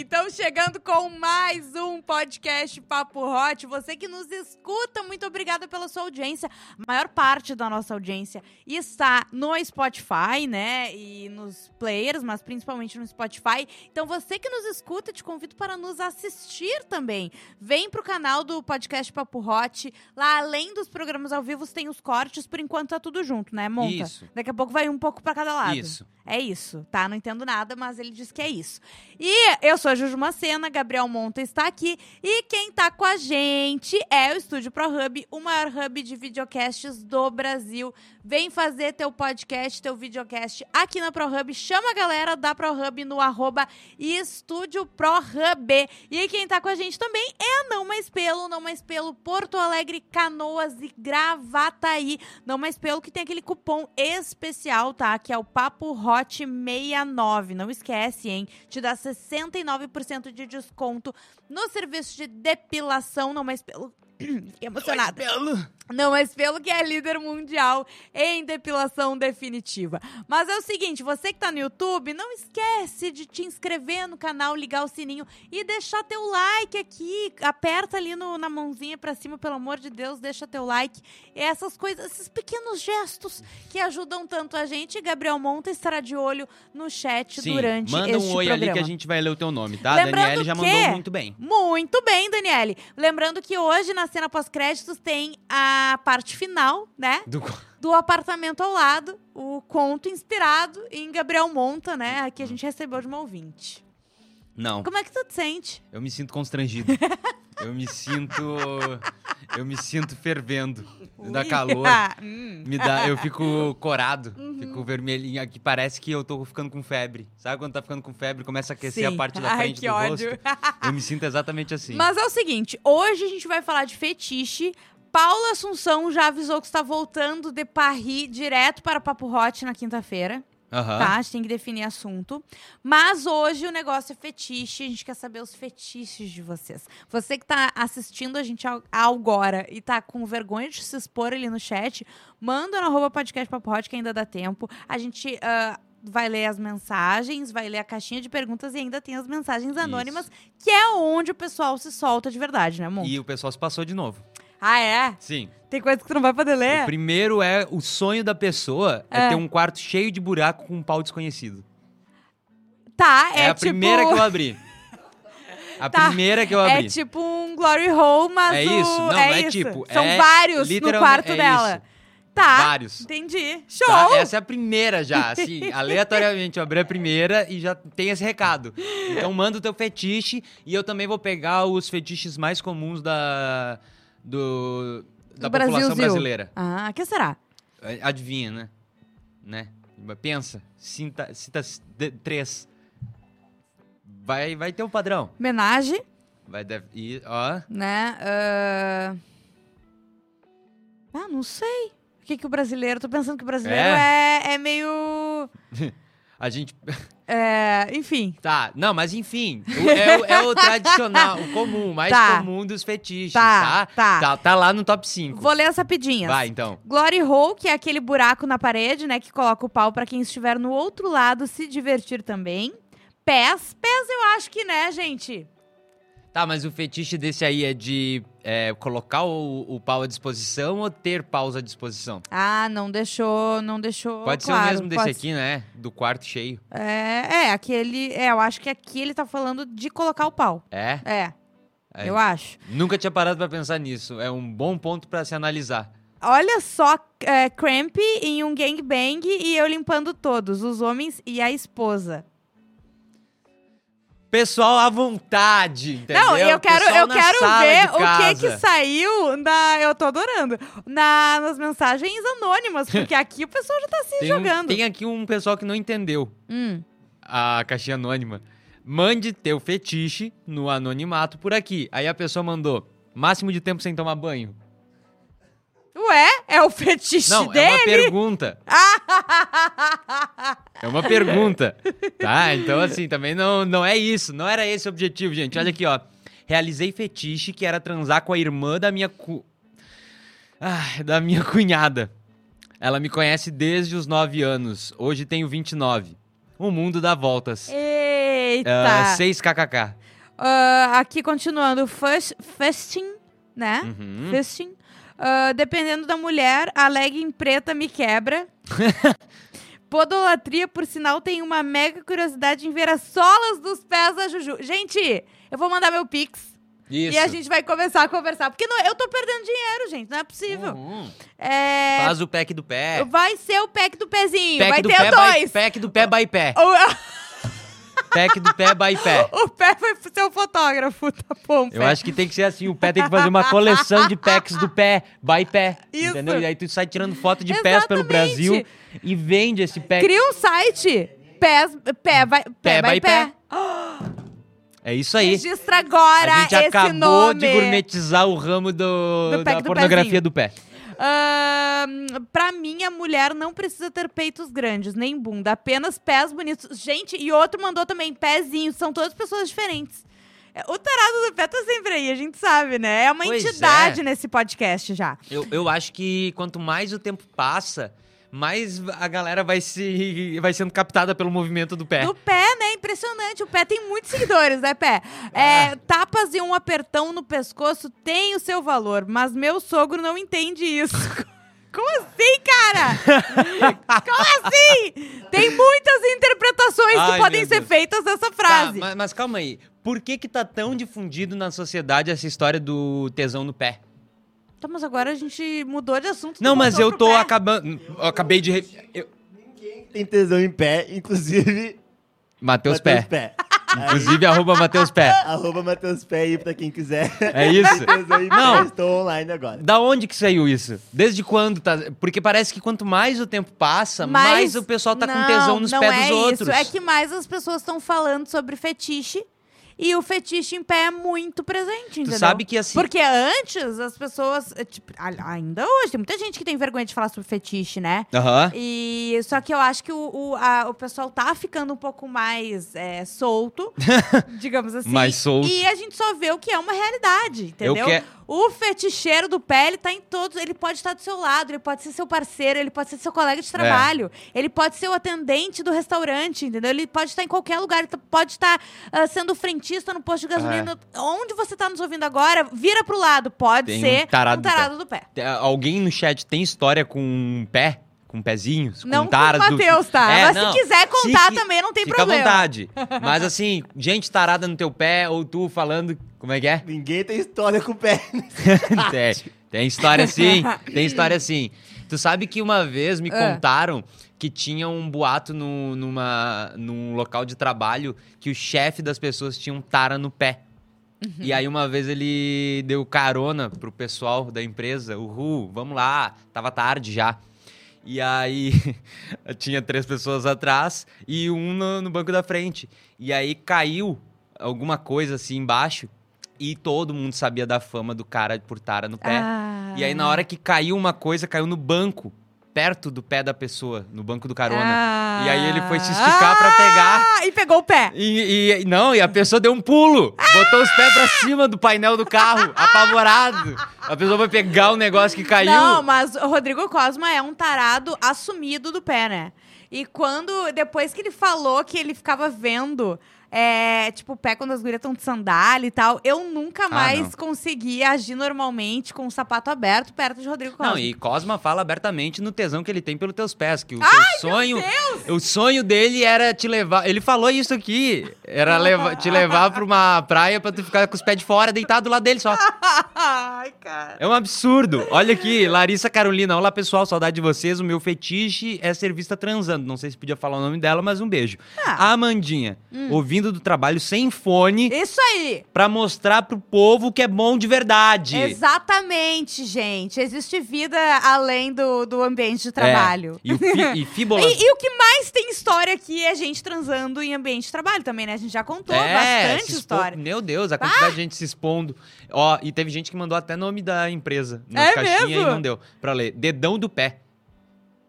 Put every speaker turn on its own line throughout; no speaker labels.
Estamos chegando com mais um podcast Papo Hot. Você que nos escuta, muito obrigada pela sua audiência. A maior parte da nossa audiência está no Spotify, né? E nos players, mas principalmente no Spotify. Então você que nos escuta, te convido para nos assistir também. Vem pro canal do podcast Papo Hot. Lá além dos programas ao vivo, tem os cortes. Por enquanto tá tudo junto, né? Monta.
Isso.
Daqui a pouco vai um pouco para cada lado.
Isso.
É isso, tá? Não entendo nada, mas ele diz que é isso. E eu sou a Juju Macena, Gabriel Monta está aqui. E quem tá com a gente é o Estúdio Pro Hub, o maior hub de videocasts do Brasil. Vem fazer teu podcast, teu videocast aqui na Pro Hub. Chama a galera da Pro Hub no arroba Estúdio Pro Hub. E quem tá com a gente também é a Não Mais Pelo, Não Mais Pelo Porto Alegre, Canoas e Gravataí. Não Mais Pelo que tem aquele cupom especial, tá? Que é o Papo Hot 69. Não esquece, hein? Te dá 69% de desconto no serviço de depilação. Não Mais Pelo. Fiquei emocionada. Não, mas pelo que é líder mundial em depilação definitiva. Mas é o seguinte, você que tá no YouTube, não esquece de te inscrever no canal, ligar o sininho e deixar teu like aqui. Aperta ali no- na mãozinha pra cima, pelo amor de Deus, deixa teu like. Essas coisas, esses pequenos gestos que ajudam tanto a gente. Gabriel Monta estará de olho no chat
Sim,
durante
manda um
este
oi
programa.
ali que a gente vai ler o teu nome, tá?
Lembrando
Daniele já
que-
mandou muito bem.
Muito bem, Daniele. Lembrando que hoje, na cena pós-créditos, tem a parte final, né?
Do-
Do apartamento ao lado, o conto inspirado em Gabriel Monta, né? Que a
Uhum.
gente recebeu de uma ouvinte.
Não,
Como é que tu te sente?
eu me sinto constrangido. eu me sinto. Eu me sinto fervendo. Me dá
Ui.
calor.
Ah, Uhum. hum.
Me dá, eu fico corado, fico vermelhinho aqui. Parece que eu tô ficando com febre. Sabe quando tá ficando com febre, começa a aquecer
Sim.
a parte da
Ai,
frente
que
do
ódio.
rosto? Eu me sinto exatamente assim.
Mas é o seguinte, hoje a gente vai falar de fetiche. Paula Assunção já avisou que está voltando de Paris direto para Papo Hot na quinta-feira.
Aham.
tá? A gente tem que definir assunto. Mas hoje o negócio é fetiche, a gente quer saber os fetiches de vocês. Você que tá assistindo a gente ao- agora e tá com vergonha de se expor ali no chat, manda no arroba podcast Papo Hot, que ainda dá tempo. A gente... ah, Vai ler as mensagens, vai ler a caixinha de perguntas e ainda tem as mensagens anônimas, que é onde o pessoal se solta de verdade, né, amor?
E o pessoal se passou de novo.
Ah, é?
Sim.
Tem coisa que tu não vai poder
O
ler?
primeiro é o sonho da pessoa é,
É.
ter um quarto cheio de buraco com um pau desconhecido.
Tá, é,
É, a
tipo.
primeira que eu abri. A
Tá.
primeira que eu
É
abri.
tipo um glory hole, mas
É
o-
isso? Não, não é
isso.
tipo,
São
é
vários no
literalmente-
quarto
é
dela. Tá,
Vários.
entendi. Show!
tá? Essa é a primeira já, assim, aleatoriamente. Eu abri a primeira e já tem esse recado. Então manda o teu fetiche e eu também vou pegar os fetiches mais comuns da, do, da
Do
população
Brasilzil.
brasileira.
Ah, que será?
Adivinha, né? Né? Pensa, cita, cita de- três. Vai, vai ter um padrão.
Homenagem,
Vai deve, e, ó,
né? Ah, Ah, não sei. O que que o brasileiro... Tô pensando que o brasileiro é, é, meio...
a gente
é, enfim.
Tá, não, mas enfim, o- é, o- é o tradicional, o comum, o mais
Tá.
comum dos fetiches,
Tá,
tá?
tá.
Tá, tá lá no top 5.
Vou ler as rapidinhas.
Vai, então.
Glory hole, que é aquele buraco na parede, né, que coloca o pau pra quem estiver no outro lado se divertir também. Pés, pés eu acho que, né, gente?
Tá, mas o fetiche desse aí é de é, colocar o, o pau à disposição ou ter paus à disposição?
Ah, não deixou, não deixou.
Pode
Oh, claro,
ser o mesmo desse
pode-
aqui, né? Do quarto cheio.
É, é, aquele. É, eu acho que aqui ele tá falando de colocar o pau.
É?
É,
É.
eu acho.
Nunca tinha parado pra pensar nisso. É um bom ponto pra se analisar.
Olha só, é, Cramp em um gangbang e eu limpando todos, os homens e a esposa.
Pessoal à vontade, entendeu?
Não, eu quero,
Pessoal
eu
na
quero
sala
ver
de
o que que
casa.
saiu na. Eu tô adorando. Na, nas mensagens anônimas, porque aqui o pessoal já tá se
Tem um-
jogando.
tem aqui um pessoal que não entendeu.
Hum.
a caixinha anônima. Mande teu fetiche no anonimato por aqui. Aí a pessoa mandou máximo de tempo sem tomar banho.
Ué, é o fetiche
Não, é
dele?
uma pergunta. É uma pergunta. Tá? Então, assim, também não, não é isso. Não era esse o objetivo, gente. Olha aqui, ó. Realizei fetiche que era transar com a irmã da minha. Cu... Ah, da minha cunhada. Ela me conhece desde os 9 anos. Hoje tenho 29. O mundo dá voltas.
Eita!
Ah, 6 kkk.
Ah, aqui continuando, fus- fusting, né?
Uhum.
Fisting. Ah, dependendo da mulher, a legging preta me quebra. Podolatria, por sinal, tem uma mega curiosidade em ver as solas dos pés da Juju. Gente, eu vou mandar meu pix
Isso.
e a gente vai começar a conversar. Porque não- eu tô perdendo dinheiro, gente, não é possível.
Uhum.
É,
Faz o pack do pé.
Vai ser o pack do pezinho,
Pack
vai
do
ter
pé by,
dois.
pack do pé by pé.
O,
Pack do pé by pé.
o pé vai ser o fotógrafo, tá bom,
Eu
pé.
acho que tem que ser assim, o pé tem que fazer uma coleção de packs do pé, by pé,
Isso.
entendeu? E aí tu sai tirando foto de pés pelo
Exatamente.
Brasil e vende esse pack.
Cria um site, pés, pé, vai, pé,
é Pé
vai,
by
pé.
pé. É isso aí.
Registra agora
A gente
esse
acabou
nome.
de gourmetizar o ramo do-
Do pack
da
do
pornografia
pezinho.
do pé.
Ahn, pra mim, a mulher não precisa ter peitos grandes, nem bunda, apenas pés bonitos. Gente, e outro mandou também pezinhos, são todas pessoas diferentes. É, O tarado do pé tá sempre aí, a gente sabe, né? É uma
Pois
entidade
é.
nesse podcast já.
Eu, eu acho que quanto mais o tempo passa, mais a galera vai se vai sendo captada pelo movimento do pé.
Do pé, né? Impressionante. O pé tem muitos seguidores, né, pé?
Ah.
É, Tapas e um apertão no pescoço tem o seu valor, mas meu sogro não entende isso. Como assim, cara? Como assim? Tem muitas interpretações
Ai,
que
meu
podem ser
Deus.
feitas dessa
Tá,
frase.
mas, mas calma aí. Por que que tá tão difundido na sociedade essa história do tesão no pé?
Tá, mas agora a gente mudou de assunto. tu
Não, mas
voltou
eu
pro
tô
pé.
acabando. Eu acabei de. re- Eu...
Tem tesão em pé, inclusive.
Mateus
Mateus
Pé.
Pé.
Inclusive, arroba Mateus Pé.
Arroba Matheus Pé aí pra quem quiser.
É isso?
tesão em
Não.
pé, estou online agora.
Da onde que saiu isso? Desde quando? Tá... Porque parece que quanto mais o tempo passa,
Mas-
mais o pessoal tá
não,
com tesão nos
não
pés
é
dos outros.
Isso. É que mais as pessoas estão falando sobre fetiche. E o fetiche em pé é muito presente,
Tu
entendeu?
sabe que assim.
Porque antes as pessoas. eh, tipo, a- ainda hoje, tem muita gente que tem vergonha de falar sobre fetiche, né?
Aham.
E só que eu acho que o, o, a- o pessoal tá ficando um pouco mais eh, solto, digamos assim.
Mais solto.
E a gente só vê o que é uma realidade,
Eu
entendeu?
que... é
O feticheiro do pé, ele tá em todos. Ele pode estar do seu lado, ele pode ser seu parceiro, ele pode ser seu colega
É.
de trabalho, ele pode ser o atendente do restaurante, entendeu? Ele pode estar em qualquer lugar, ele t- pode estar ah, sendo frentista no posto de gasolina. Onde você tá nos ouvindo agora, vira pro lado. Pode
É. Tem um
ser
tarado do pé.
do pé.
Te- Alguém no chat tem história com um pé? Com pezinhos?
Não
com
com o
taras do-
Matheus, tá?
É,
Mas
não.
se quiser contar
que-
também, não tem
Fica
problema.
à vontade. Mas assim, gente tarada no teu pé ou tu falando. Como é que é?
Ninguém tem história com o pé.
tem, tem história assim. Tem história assim. Tu sabe que uma vez me
Ah.
contaram que tinha um boato no, numa, num local de trabalho que o chefe das pessoas tinha um tara no pé. E aí uma vez ele deu carona pro pessoal da empresa, uhul, vamos lá, tava tarde já. E aí tinha três pessoas atrás e um no, no banco da frente. E aí caiu alguma coisa assim embaixo e todo mundo sabia da fama do cara por tara no pé.
Ah.
né? E aí na hora que caiu uma coisa, caiu no banco, perto do pé da pessoa, no banco do carona. E aí ele foi se esticar pra pegar.
Ah, e pegou o pé.
E, e- não, e a pessoa deu um pulo, botou os pés pra cima do painel do carro, apavorado. A pessoa foi pegar o negócio que caiu.
Não, mas o Rodrigo Cosma é um tarado assumido do pé, né? E quando, depois que ele falou que ele ficava vendo, é, tipo, o pé quando as gurias estão de sandália e tal, eu nunca mais
Ah, não.
consegui agir normalmente com o sapato aberto perto de Rodrigo Cosma.
Não, e Cosma fala abertamente no tesão que ele tem pelos teus pés, que o seu sonho, o sonho dele era te levar, ele falou isso aqui, era leva- te levar pra uma praia pra tu ficar com os pés de fora, deitado lá dele só.
Ai, cara.
É um absurdo. Olha aqui, Larissa Carolina. Olá, pessoal. Saudade de vocês. O meu fetiche é ser vista transando. Não sei se podia falar o nome dela, mas um beijo.
Ah.
Amandinha, ouvindo do trabalho sem fone
Isso aí!
pra mostrar pro povo que é bom de verdade.
Exatamente, gente. Existe vida além do, do ambiente de trabalho.
É. E, o fi, e Fíbola...
E, e o que mais tem história aqui é gente transando em ambiente de trabalho também, né? A gente já contou
É, se
bastante
expo-
história. Ah!
Meu Deus, a quantidade de gente se expondo. Ó, e teve gente que mandou até nome da empresa nas
É
caixinhas
mesmo?
e não deu pra ler. Dedão do pé.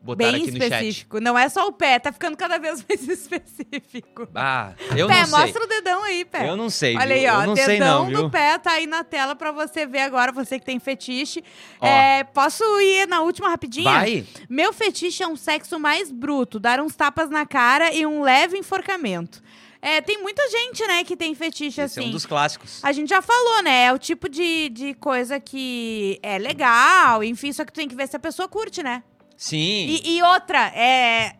Botaram
Bem
aqui no chat.
específico. Não é só o pé, tá ficando cada vez mais específico.
Ah, eu
pé,
não sei.
mostra o dedão aí, pé.
Eu não sei,
Olha
viu?
aí, ó.
Eu não
dedão
sei não,
do
viu?
pé tá aí na tela pra você ver agora, você que tem fetiche.
Ó.
É, posso ir na última rapidinho?
Vai?
Meu fetiche é um sexo mais bruto, dar uns tapas na cara e um leve enforcamento. É, tem muita gente, né, que tem fetiche
Esse é
assim.
um dos clássicos.
A gente já falou, né? É o tipo de, de coisa que é legal, enfim, só que tu tem que ver se a pessoa curte, né?
Sim.
E, e outra, é.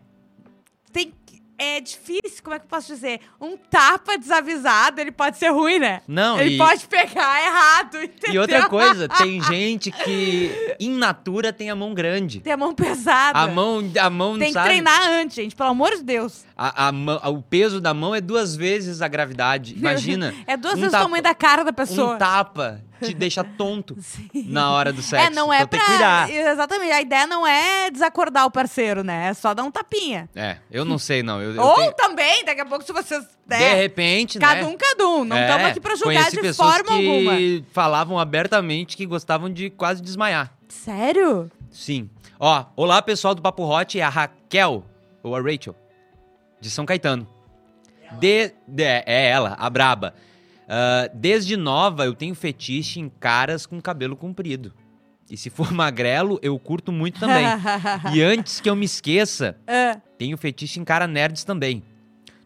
Tem. que- É difícil, como é que eu posso dizer? Um tapa desavisado, ele pode ser ruim, né?
Não,
ele
e-
pode pegar errado, entendeu?
E outra coisa, tem gente que, in natura, tem a mão grande.
Tem a mão pesada.
A mão, a mão
Tem que
sabe?
treinar antes, gente, pelo amor de Deus.
A, a mão- o peso da mão é duas vezes a gravidade. Imagina.
É duas
um
vezes o
tapa-
tamanho da cara da
Um
pessoa.
tapa te deixa tonto
Sim.
na hora do sexo.
É, não é
então
pra.
tem que cuidar.
Exatamente. A ideia não é desacordar o parceiro, né? É só dar um tapinha.
É, eu não sei, não. Eu, eu
Ou
tenho-
também, daqui a pouco, se vocês. né,
De repente,
cada
né?
um, cada um. Não estamos
é,
aqui pra julgar
conheci
de
pessoas
forma
que
alguma.
falavam abertamente que gostavam de quase desmaiar.
Sério?
Sim. Ó, olá pessoal do Papo Hot, é a Raquel, ou a Rachel, de São Caetano. De, de- é ela, a braba. Ah, desde nova eu tenho fetiche em caras com cabelo comprido. E se for magrelo, eu curto muito também. e antes que eu me esqueça,
Ah,
tenho fetiche em cara nerds também.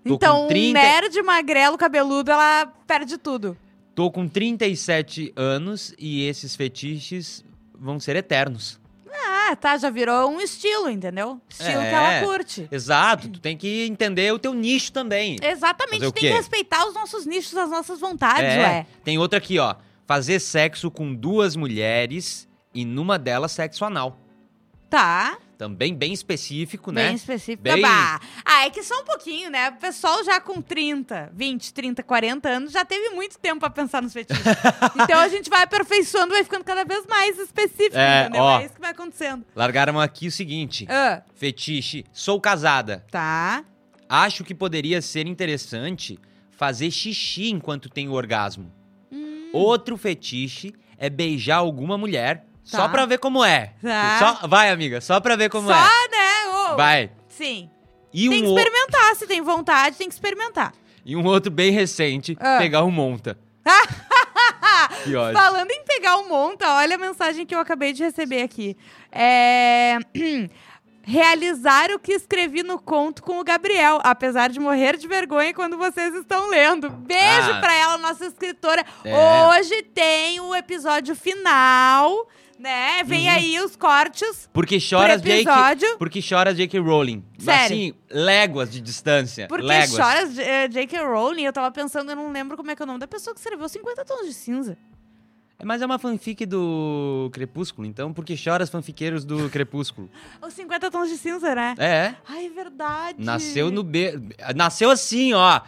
Tô com
então,
30.
um nerd magrelo cabeludo, ela perde tudo.
Tô com 37 anos e esses fetiches vão ser eternos.
Ah, tá, já virou um estilo, entendeu? Estilo
É.
que ela curte.
Exato, tu tem que entender o teu nicho também.
Exatamente,
Fazer o
tem que
quê?
respeitar os nossos nichos, as nossas vontades,
É,
ué.
Tem outra aqui, ó. Fazer sexo com duas mulheres e numa delas sexo anal.
Tá,
Também bem específico,
bem
né?
específico.
Bem-
Bah. Ah, é que só um pouquinho, né? O pessoal já com 30, 20, 30, 40 anos já teve muito tempo pra pensar nos fetiches. então a gente vai aperfeiçoando, vai ficando cada vez mais específico,
É,
entendeu?
ó.
É isso que vai acontecendo.
Largaram aqui o seguinte:
Ah,
fetiche, sou casada.
tá.
Acho que poderia ser interessante fazer xixi enquanto tem o orgasmo.
Hum.
Outro fetiche é beijar alguma mulher só
Tá.
pra ver como é.
Tá.
Só- vai, amiga, só pra ver como
Só,
é.
né? ô,
Vai.
Sim.
E
tem
um,
que
o-
experimentar. Se tem vontade, tem que experimentar.
e um outro bem recente,
Ah.
pegar um monta. que ódio.
Falando em pegar o monta, olha a mensagem que eu acabei de receber aqui. É... Realizar o que escrevi no conto com o Gabriel, apesar de morrer de vergonha quando vocês estão lendo. Beijo
Ah.
pra ela, nossa escritora.
É.
Hoje tem o episódio final, né? Vem
Uhum.
aí os cortes
Porque chora
por
Jake.
episódio.
Porque chora Jake Rowling.
Sério.
Assim, léguas de distância.
Porque
léguas.
chora eh, J.K. Rowling, eu tava pensando, eu não lembro como é que é o nome da pessoa que escreveu 50 tons de cinza.
Mas é uma fanfic do Crepúsculo, então, porque chora os fanfiqueiros do Crepúsculo.
Os 50 tons de cinza, né?
É, é.
Ai, é verdade.
Nasceu no B. Nasceu assim, ó.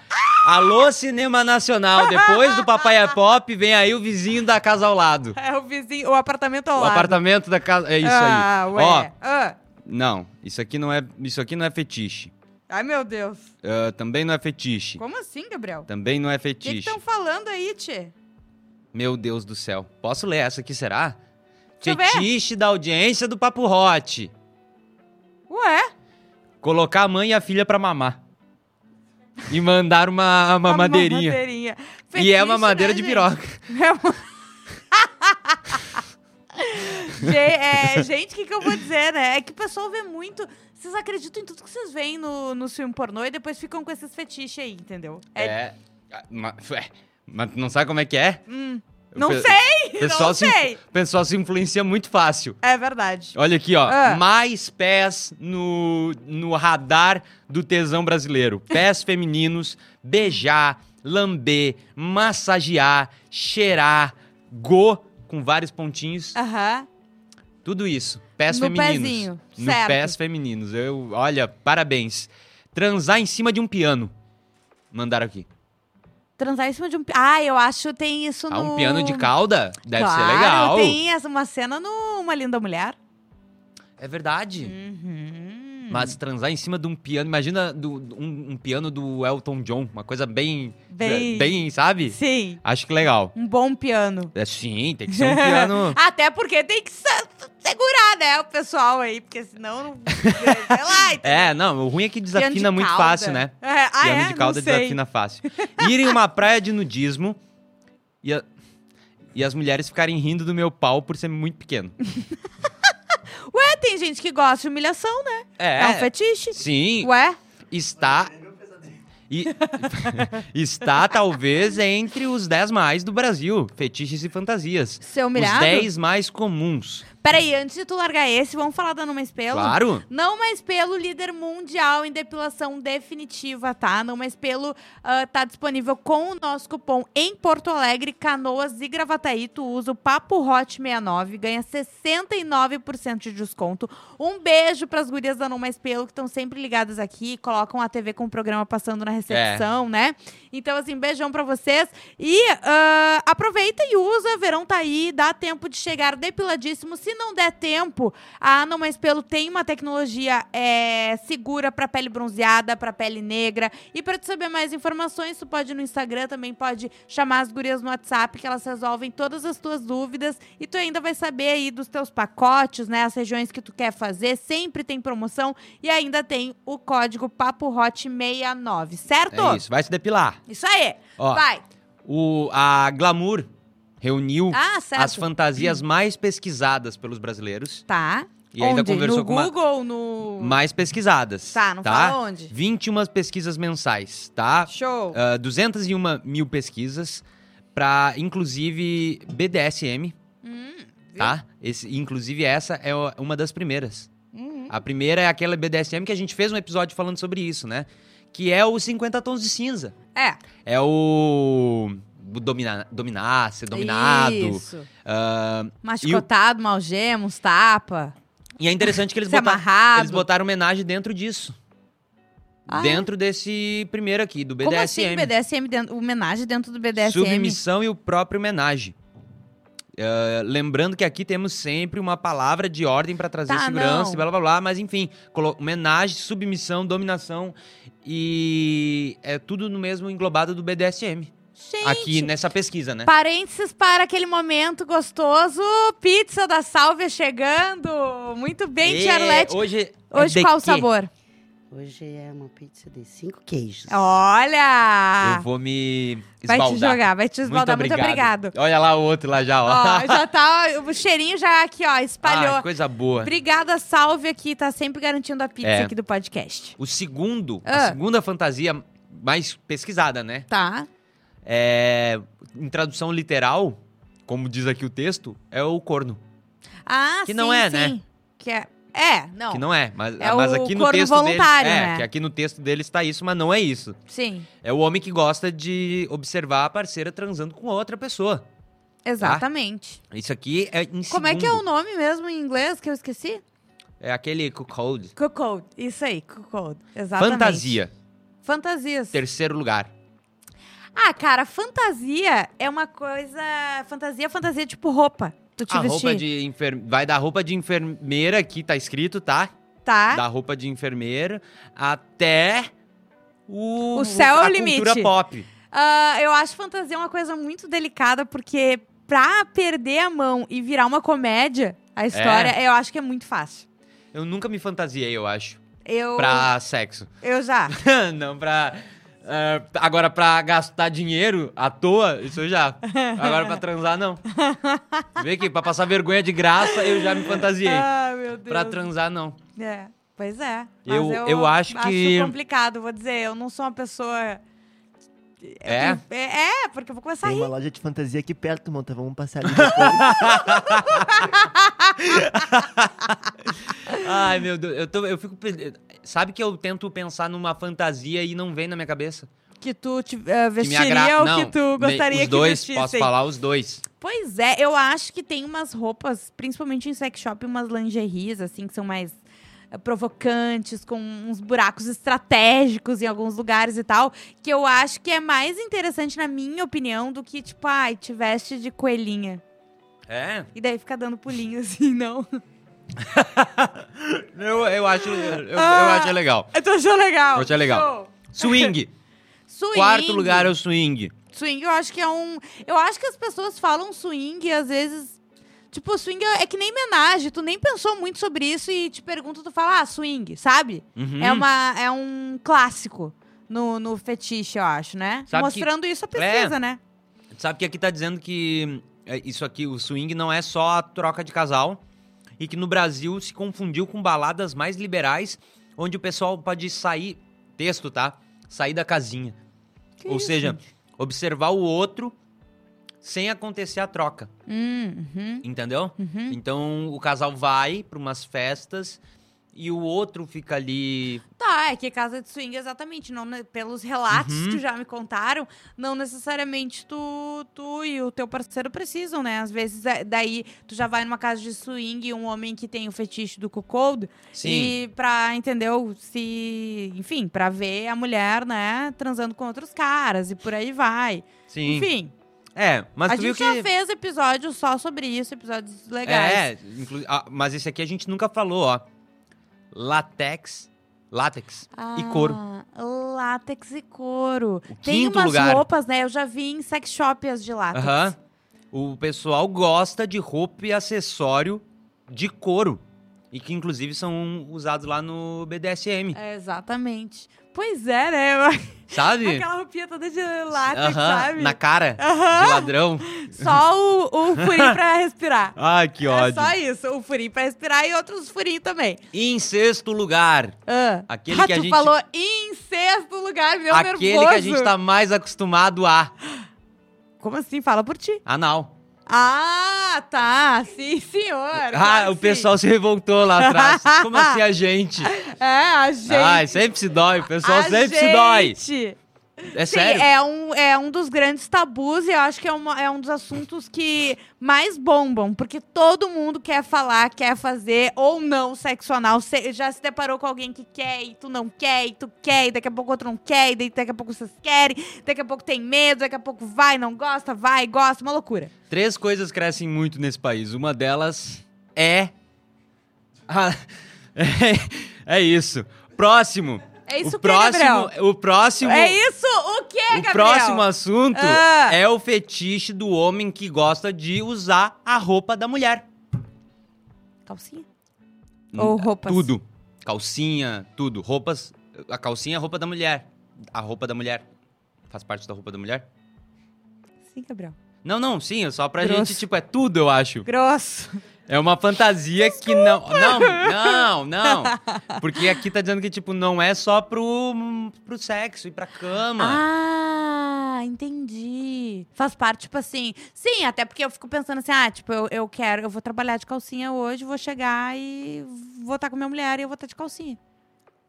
Alô, Cinema Nacional. Depois do Papai é Pop, vem aí o vizinho da casa ao lado.
É o vizinho, o apartamento ao
O
lado.
apartamento da casa. É isso
ah,
aí.
Ué.
Ó,
Ah.
não, isso aqui não é. Isso aqui não é fetiche.
Ai, meu Deus.
Ah, também não é fetiche.
Como assim, Gabriel? O
Também não é
que
fetiche.
estão falando aí, Tchê?
Meu Deus do céu. Posso ler essa aqui, será?
Deixa eu ver.
Fetiche da audiência do Papo Hot.
Ué?
Colocar a mãe e a filha pra mamar. E mandar uma, uma
Uma
madeirinha.
madeirinha.
E é uma
Fetiche,
madeira
né,
de
gente?
piroca.
É uma... Ge- é, gente, o que, que eu vou dizer, né? É que o pessoal vê muito. Vocês acreditam em tudo que vocês veem no, no filme pornô e depois ficam com esses fetiches aí, entendeu? É-
É. ah, ma- ué, Mas tu não sabe como é que é?
Hum,
O
não
pe-
sei!
o
Não
se, influ-
sei!
O pessoal se influencia muito fácil.
É verdade.
Olha aqui, ó.
Ah.
Mais pés no, no radar do tesão brasileiro. Pés femininos, beijar, lamber, massagear, cheirar, go com vários pontinhos.
Aham.
Tudo isso. Pés
Ah. No
femininos.
pezinho,
No
certo.
pés femininos. Eu, olha, parabéns. Transar em cima de um piano. Mandaram aqui.
Transar em cima de um. pi- Ah, eu acho que tem isso
Ah,
no.
um piano de cauda? Deve
claro,
ser legal.
Tem essa- uma cena no Uma Linda Mulher.
É verdade.
Uhum.
Mas transar em cima de um piano, imagina do- do- um, um piano do Elton John, uma coisa bem.
Bem-
é, bem, sabe?
Sim,
Acho que legal.
um bom piano.
É, sim, tem que ser um piano.
Até porque tem que se- segurar, né, o pessoal aí, porque senão não. né, Sei lá, então-
É, não, o ruim é que
Piano de
desafina muito
cauda.
fácil, né?
É, Ah,
piano
é?
de cauda
não sei.
desafina fácil. Ir em uma praia de nudismo e, a- e as mulheres ficarem rindo do meu pau por ser muito pequeno.
Ué, tem
É.
gente que gosta de humilhação, né? É, um fetiche.
sim,
Ué?
está. E está, talvez, entre os 10 mais do Brasil, fetiches e fantasias.
Ser
Os
humilhado?
10 mais comuns.
Peraí, antes de tu largar esse, vamos falar da Numa Espelho?
Claro.
Não mais pelo líder mundial em depilação definitiva, tá? Não mais pelo ah, tá disponível com o nosso cupom em Porto Alegre, Canoas e Gravataí. Tu usa o Papo Hot 69, ganha 69% de desconto. Um beijo pras gurias da Não Mais Pelo que estão sempre ligadas aqui, colocam a TV com o programa passando na recepção, né? Então, assim, beijão pra vocês. E ah, aproveita e usa, verão tá aí, dá tempo de chegar depiladíssimo. Se não der tempo, a Não Mais Pelo tem uma tecnologia é, segura pra pele bronzeada, pra pele negra. E pra te saber mais informações, tu pode ir no Instagram, também pode chamar as gurias no WhatsApp, que elas resolvem todas as tuas dúvidas. E tu ainda vai saber aí dos teus pacotes, né? As regiões que tu quer fazer, sempre tem promoção. E ainda tem o código PAPOHOT69, certo?
É isso, vai se depilar.
Isso aí.
Ó,
Vai.
o, a Glamour reuniu
Ah, certo.
um, as fantasias mais pesquisadas pelos brasileiros.
Tá.
E ainda
Onde?
conversou
no
com uma-
Google, ou no...
Mais pesquisadas.
Tá, não fala onde.
21 pesquisas mensais, tá?
Show.
Ah, 201 mil pesquisas pra, inclusive, BDSM,
Hum,
tá? Esse, inclusive, essa é o- uma das primeiras.
hum.
A primeira é aquela BDSM que a gente fez um episódio falando sobre isso, né? Que é o 50 tons de cinza.
É.
É o... o Domina, dominar, ser dominado.
Isso.
Ah,
Machucotado, malgema, uns tapa.
e é interessante que eles
ser
botaram,
amarrado.
eles botaram homenagem dentro disso.
Ah, é?
Dentro desse primeiro aqui, do BDSM.
Como assim BDSM? Dentro, homenagem dentro do BDSM?
Submissão e o próprio homenagem. Eh, lembrando que aqui temos sempre uma palavra de ordem para trazer
Tá,
segurança
não.
e blá blá blá, mas enfim, colo- homenagem, submissão, dominação e é tudo no mesmo englobado do BDSM.
Gente,
Aqui nessa pesquisa, né?
parênteses para aquele momento gostoso. Pizza da Sálvia chegando. Muito bem,
E
Tia Arlete.
Hoje, é
Hoje
de
qual o
quê?
sabor?
Hoje é uma pizza de cinco queijos.
É
Olha!
Eu vou me
Ah. vai
esbaldar.
te jogar, vai te esbaldar. Muito, obrigado.
Olha lá o outro lá já, ó.
Ó, já tá, o cheirinho já aqui, ó, espalhou.
Ah, coisa boa.
Obrigada, salve aqui, tá sempre garantindo a pizza
É.
aqui do podcast.
O segundo,
Ah.
a segunda fantasia mais pesquisada, né?
Tá.
É, em tradução literal, como diz aqui o texto, é o corno.
Ah,
Que
sim,
não é,
sim.
né?
Que é, é, não.
Que não é, mas,
É
mas
o
aqui no
corno
texto
voluntário,
deles,
né?
É, que aqui no texto dele está isso, mas não é isso.
Sim,
É o homem que gosta de observar a parceira transando com outra pessoa. Tá.
exatamente.
Isso aqui é em
Como é que é o
segundo.
nome mesmo em inglês que eu esqueci?
É aquele cuckold.
Cuckold. Isso aí, cuckold. Exatamente.
Fantasia,
Fantasias.
terceiro lugar.
Ah, cara, fantasia é uma coisa... Fantasia, fantasia tipo roupa. Tu te
A
vestir,
Ah, roupa de enfer... vai da roupa de enfermeira aqui tá escrito, tá?
tá?
Da roupa de enfermeira até o
O céu é o
a
limite.
cultura pop.
Ah, eu acho fantasia uma coisa muito delicada, porque pra perder a mão e virar uma comédia, a história, eu acho que é muito fácil.
Eu nunca me fantasiei, eu acho.
Eu,
Pra sexo.
eu já.
não, pra. ah, agora, pra gastar dinheiro à toa, isso eu já. Agora, pra transar, não. Vê aqui, pra passar vergonha de graça, eu já me fantasiei.
Ah, meu Deus.
Pra transar, não.
É, pois é. Mas
Eu- eu acho que-
complicado, vou dizer. Eu não sou uma pessoa...
É?
É, é, porque eu vou começar a
Tem
rir.
uma loja de fantasia aqui perto, Monta. Vamos passar ali depois.
Ai, meu Deus. Eu, tô, eu fico. pe- Sabe que eu tento pensar numa fantasia e não vem na minha cabeça?
Que tu te, eh,
Que me
vestiria
agra-
ou
não,
que tu gostaria
me- Os dois,
que
posso
vestissem.
falar os dois.
Pois é, eu acho que tem umas roupas, principalmente em sex shop, umas lingeries, assim, que são mais eh, provocantes, com uns buracos estratégicos em alguns lugares e tal, que eu acho que é mais interessante, na minha opinião, do que, tipo, ai, te veste de coelhinha.
É?
E daí fica dando pulinho, assim, não.
Eu, eu, acho, eu, eu
Ah.
acho legal.
Eu tô achando legal.
Eu achei legal.
Show.
Swing.
Swing.
Quarto lugar é o swing.
Swing, eu acho que é um... Eu acho que as pessoas falam swing e às vezes... Tipo, swing é é que nem homenagem, tu nem pensou muito sobre isso e te pergunta, tu fala, ah, swing, sabe?
Uhum.
É, uma, é um clássico no, no fetiche, eu acho, né?
Sabe É.
Mostrando isso a pesquisa, né?
Sabe que aqui tá dizendo que é, isso aqui, o swing, não é só a troca de casal. E que no Brasil se confundiu com baladas mais liberais, onde o pessoal pode sair. Texto, tá? sair da casinha.
Que
Ou
isso,
seja,
gente?
observar o outro sem acontecer a troca,
Hum, uhum,
entendeu?
uhum.
Então o casal vai para umas festas e o outro fica ali.
Tá, é que casa de swing, exatamente. Não, ne- pelos relatos
Uhum.
que já me contaram, não necessariamente tu, tu e o teu parceiro precisam, né? Às vezes, é- daí, tu já vai numa casa de swing, um homem que tem o fetiche do cuckold,
Sim.
e pra, entendeu, se... Enfim, pra ver a mulher, né, transando com outros caras, e por aí vai.
Sim.
Enfim,
É, mas
a
tu viu
gente
que.
já fez episódios só sobre isso, episódios legais.
É, inclu- ah, mas esse aqui a gente nunca falou, ó. Latex. Látex e couro.
Ah, Látex e couro.
O
Tem
quinto
umas
lugar.
roupas, né? Eu já vi em sex shop as de látex.
Aham. O pessoal gosta de roupa e acessório de couro. E que inclusive são usados lá no BDSM.
É, exatamente. Pois é, né?
Sabe?
Aquela roupinha toda de látex,
Aham,
sabe?
Na cara
Aham.
de ladrão.
Só o, o furinho pra respirar.
Ai, que
É
ódio.
só isso, o furinho pra respirar e outros furinhos também.
E em sexto lugar,
Ah.
Aquele que a
tu
gente-
falou em sexto lugar, meu
aquele
nervoso.
que a gente tá mais acostumado a.
Como assim? Fala por ti.
Anal.
Ah, tá. Sim, senhor.
Ah,
claro
o
que
pessoal se revoltou lá atrás. Como assim a gente?
sim. É, a gente.
Ai, sempre se dói, Ah, o pessoal
A
sempre se dói.
gente.
É
Sim,
sério.
é um, é um dos grandes tabus e eu acho que é, uma- é um dos assuntos que mais bombam, porque todo mundo quer falar, quer fazer ou não sexo anal. Cê já se deparou com alguém que quer e tu não quer, e tu quer, e daqui a pouco outro não quer, e daí daqui a pouco vocês querem, daqui a pouco tem medo, daqui a pouco vai, não gosta, vai, gosta, uma loucura.
Três coisas crescem muito nesse país. Uma delas é. Ah, é, é isso. Próximo.
É isso
o
que, Gabriel?
próximo, o próximo,
É isso o que, é, Gabriel?
o próximo é assunto
Ah.
é o fetiche do homem que gosta de usar a roupa da mulher.
Calcinha? Ou roupas?
Tudo. Calcinha, tudo. Roupas. A calcinha é a roupa da mulher. A roupa da mulher. Faz parte da roupa da mulher?
Sim, Gabriel.
Não, não, sim, é só pra
Grosso.
gente, tipo, é tudo, eu acho.
Grosso.
É uma fantasia que não. Não, não, não. Porque aqui tá dizendo que, tipo, não é só pro, pro sexo e pra cama.
Ah, entendi. Faz parte, tipo assim. Sim, até porque eu fico pensando assim, ah, tipo, eu, eu quero, eu vou trabalhar de calcinha hoje, vou chegar e vou estar com minha mulher e eu vou estar de calcinha.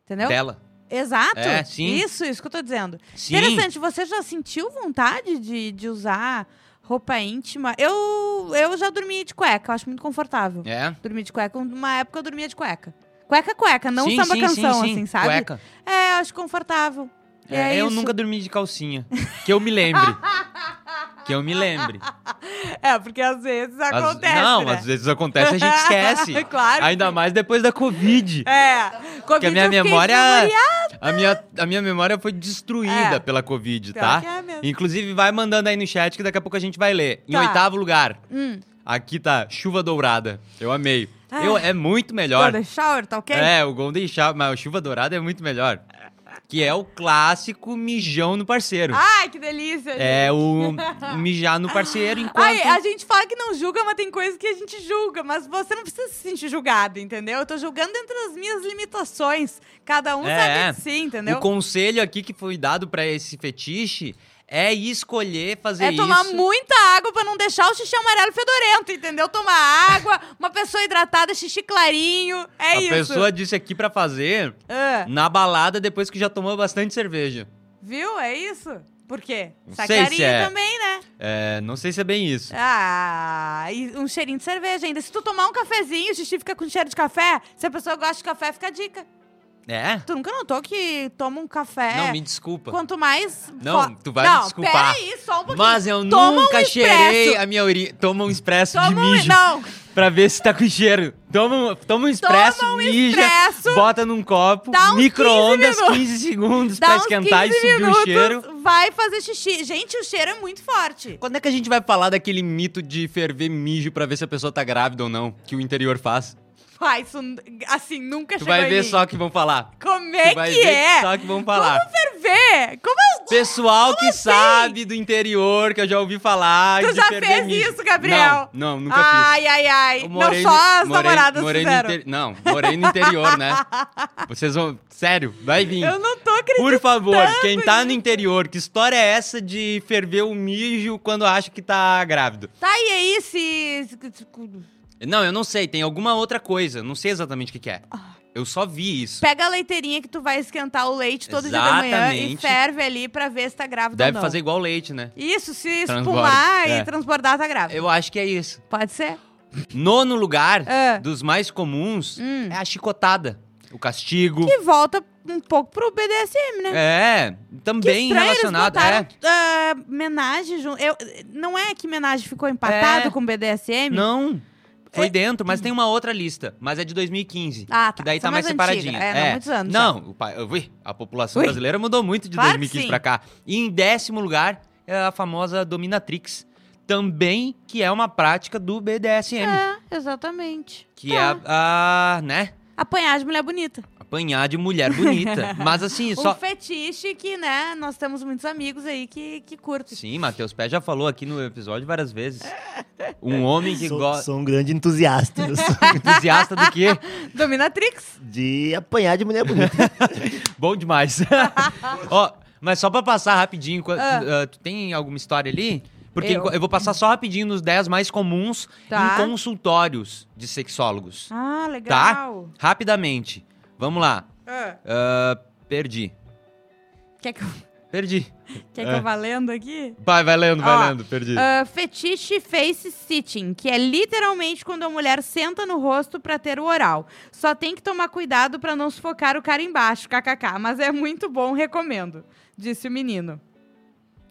Entendeu?
Dela.
Exato.
É, sim.
Isso, isso que eu tô dizendo.
Sim.
Interessante, você já sentiu vontade de, de usar roupa íntima? Eu, eu já dormi de cueca, eu acho muito confortável.
É.
Dormir de cueca. Uma época eu dormia de cueca. Cueca, é cueca, não
sim,
samba
sim,
canção,
sim, sim.
assim, sabe?
Cueca.
É, eu acho confortável. E
É,
é
eu
isso.
nunca dormi de calcinha. Que eu me lembre. que eu me lembre.
É, porque às vezes
Às-
acontece.
não,
né?
às vezes acontece e a gente esquece.
claro.
Ainda mais depois da Covid.
É.
Porque a minha
eu fiquei
memória. é
desmemoriada.
A minha, a minha memória foi destruída
É.
pela Covid,
Pior
tá?
que é mesmo.
Inclusive, vai mandando aí no chat que daqui a pouco a gente vai ler. Em
Tá.
oitavo lugar,
Hum.
aqui tá Chuva Dourada. Eu amei.
Ah.
Eu, é muito melhor.
Golden Shower, tá ok?
É, o Golden Shower, mas o Chuva Dourada é muito melhor. Que é o clássico mijão no parceiro.
Ai, que delícia. gente.
é o mijar no parceiro enquanto.
Ai, a gente fala que não julga, mas tem coisas que a gente julga. Mas você não precisa se sentir julgado, entendeu? Eu tô julgando dentro das minhas limitações. Cada um
É, é.
sabe de si, entendeu?
O conselho aqui que foi dado pra esse fetiche é escolher fazer
É
isso.
tomar muita água pra não deixar o xixi amarelo fedorento, entendeu? Tomar água, uma pessoa hidratada, xixi clarinho, é
a
isso.
pessoa disse aqui pra fazer
Ah.
na balada depois que já tomou bastante cerveja.
Viu? É isso? Por quê?
Não sei
Sacaria
se é.
também, né?
É, não sei se é bem isso.
Ah, e um cheirinho de cerveja ainda. Se tu tomar um cafezinho, o xixi fica com cheiro de café. Se a pessoa gosta de café, fica a dica.
É?
Tu nunca notou que toma um café.
Não, me desculpa.
Quanto mais.
Não,
fo-
tu vai me
não,
desculpar.
Peraí, só um pouquinho.
Mas eu
Toma um
nunca
expresso.
cheirei a minha urina. Toma um expresso de
Toma um.
mijo
Não,
pra ver se tá com cheiro. Toma, um- toma um expresso,
Toma um
mija,
expresso.
bota num copo,
Dá uns
micro-ondas,
15
15, segundos
dá
pra
uns
esquentar e
15
subir
minutos,
o cheiro.
Vai fazer xixi. Gente, o cheiro é muito forte.
Quando é que a gente vai falar daquele mito de ferver mijo pra ver se a pessoa tá grávida ou não, que o interior faz?
Vai, isso n- assim, nunca
Tu
chegou
vai
em
ver
mim.
só que vão falar.
Como
Tu
é
vai
que
ver
é?
só que vão falar.
Ferver? Como é o
Pessoal que sabe do interior, que eu já ouvi falar.
Tu
de
já
ferver
fez
mijo.
isso, Gabriel?
Não, não, nunca fiz.
ai, ai, ai.
Eu
Não,
morei
só
no-
as
morei-
namoradas
morei no
fizeram.
interi- Não, morei no interior, né? Vocês vão. Sério, vai vir.
Eu não tô acredito.
Por favor, quem tá no interior, que história é essa de ferver o mijo quando acha que tá grávido?
Tá, e aí se... se-
Não, eu não sei, tem alguma outra coisa, não sei exatamente o que, que é.
Ah.
Eu só vi isso.
Pega a leiteirinha que tu vai esquentar o leite todo dia da manhã e
Exatamente.
ferve ali pra ver se tá grávida ou
Deve
não.
fazer igual leite, né?
Isso, se
Transborda,
espumar e
é.
transbordar, tá grávida.
Eu acho que é isso.
Pode ser?
Nono lugar
É.
dos mais comuns
Hum.
é a chicotada, o castigo.
E volta um pouco pro BDSM, né?
É,
Que
também
estranho,
relacionado.
Eles
É.
botaram, ah, menagem junto. Eu, não é que menagem ficou empatado
É.
com BDSM?
Não, foi dentro, mas tem uma outra lista, mas é de 2015.
É. Ah, tá.
Que daí
Essa é
tá mais,
antiga.
separadinha.
É, não, muitos anos. já.
Não, o pa- ui, a população
Ui.
brasileira mudou muito de
Claro que
2015
sim.
pra cá. E em décimo lugar, é a famosa dominatrix. Também que é uma prática do BDSM.
É, exatamente.
Que é
Ah.
a, a, né,
Apanhar de mulher bonita.
apanhar de mulher bonita. mas assim,
Um
só...
fetiche que, né, nós temos muitos amigos aí que, que curtem.
Sim, Matheus Pé já falou aqui no episódio várias vezes. Um homem que
Sou,
gosta...
sou um grande entusiasta eu sou
Entusiasta do quê?
Dominatrix.
de apanhar de mulher bonita.
Bom demais. Ó, mas só pra passar rapidinho, enquanto-
Ah.
ah, tu tem alguma história ali? Porque
Eu.
enqu- eu, vou passar só rapidinho nos 10 mais comuns
Tá.
em consultórios de sexólogos.
Ah, legal.
Rapidamente. Vamos lá.
Tá.
Ah, perdi.
Quer que, eu,
Perdi.
quer
É.
que eu vá lendo aqui?
Vai, vai lendo, vai
Ó,
lendo. Perdi.
Ah, fetiche face sitting, que é literalmente quando a mulher senta no rosto pra ter o oral. Só tem que tomar cuidado pra não sufocar o cara embaixo, kkk. Mas é muito bom, recomendo, disse o menino.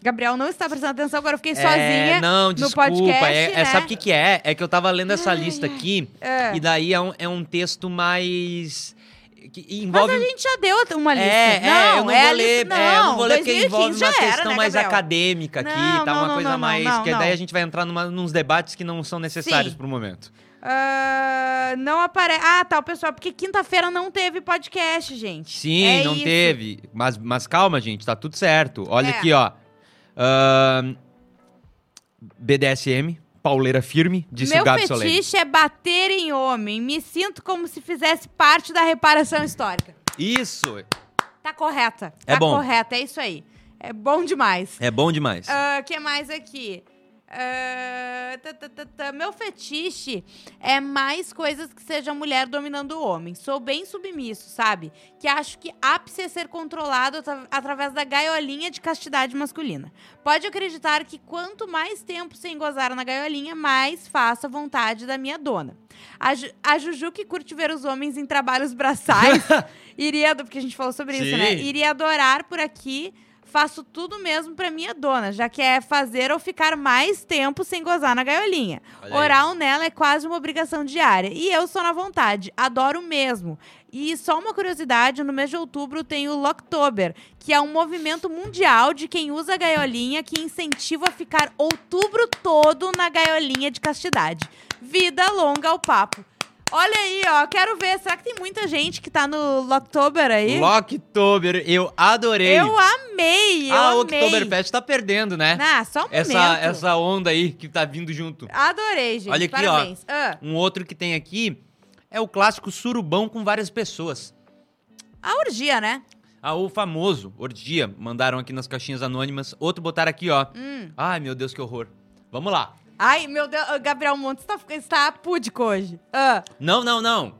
Gabriel não está prestando atenção, agora eu fiquei sozinha.
é, não, desculpa.
podcast,
é, é-
né?
Sabe o que, que é? É que eu tava lendo essa lista aqui
É.
e daí é um, é um texto mais. que
Mas
envolve um
a gente já deu uma lista.
É, é, eu não
é a
vou ler,
lista-
é, eu não vou ler porque
2015
envolve uma
já era,
questão
né,
mais
Gabriel?
acadêmica aqui,
Não,
tá?
não,
uma
não,
coisa
não,
mais.
não,
que
não.
daí a gente vai entrar numa, nos debates que não são necessários
Sim.
pro momento.
Ah, não aparece. Ah, tá, o pessoal, porque quinta-feira não teve podcast, gente.
Sim,
É
não
isso.
teve. Mas, mas calma, gente, tá tudo certo. Olha
É.
aqui, ó. Ahn, BDSM, pauleira firme, disse
Meu
o Gabi
fetiche
Solene.
é bater em homem. Me sinto como se fizesse parte da reparação histórica.
Isso!
Tá correta.
É
tá
bom.
correta, é isso aí. É bom demais.
É bom demais.
O Ah, que mais aqui? Ah, tá, tá, tá, tá. Meu fetiche é mais coisas que seja mulher dominando o homem. Sou bem submisso, sabe? Que acho que ápice é ser controlado atra- através da gaiolinha de castidade masculina. Pode acreditar que quanto mais tempo sem gozar na gaiolinha, mais faço a vontade da minha dona. A, Ju- a Juju que curte ver os homens em trabalhos braçais, iria, ado- porque a gente falou sobre isso,
Sim.
né? Iria adorar por aqui. Faço tudo mesmo pra minha dona, já que é fazer ou ficar mais tempo sem gozar na gaiolinha.
Olha aí.
Oral nela é quase uma obrigação diária. E eu sou na vontade, adoro mesmo. E só uma curiosidade, no mês de outubro tem o Locktober, que é um movimento mundial de quem usa a gaiolinha que incentiva a ficar outubro todo na gaiolinha de castidade. Vida longa ao papo. Olha aí, ó, quero ver, será que tem muita gente que tá no Locktober aí?
Locktober, eu adorei.
Eu amei, eu
ah, o
amei.
Oktoberfest tá perdendo, né?
Ah, só um
essa,
momento.
essa onda aí que tá vindo junto.
Adorei, gente.
Olha aqui, ó.
Parabéns. Ah,
Um outro que tem aqui é o clássico surubão com várias pessoas.
a orgia, né?
Ah, o famoso orgia, mandaram aqui nas caixinhas anônimas. Outro botaram aqui, ó.
Hum.
Ai, meu Deus, que horror. Vamos lá.
Ai, meu Deus, ah, Gabriel Montes tá, está púdico hoje. Ah,
Não, não, não.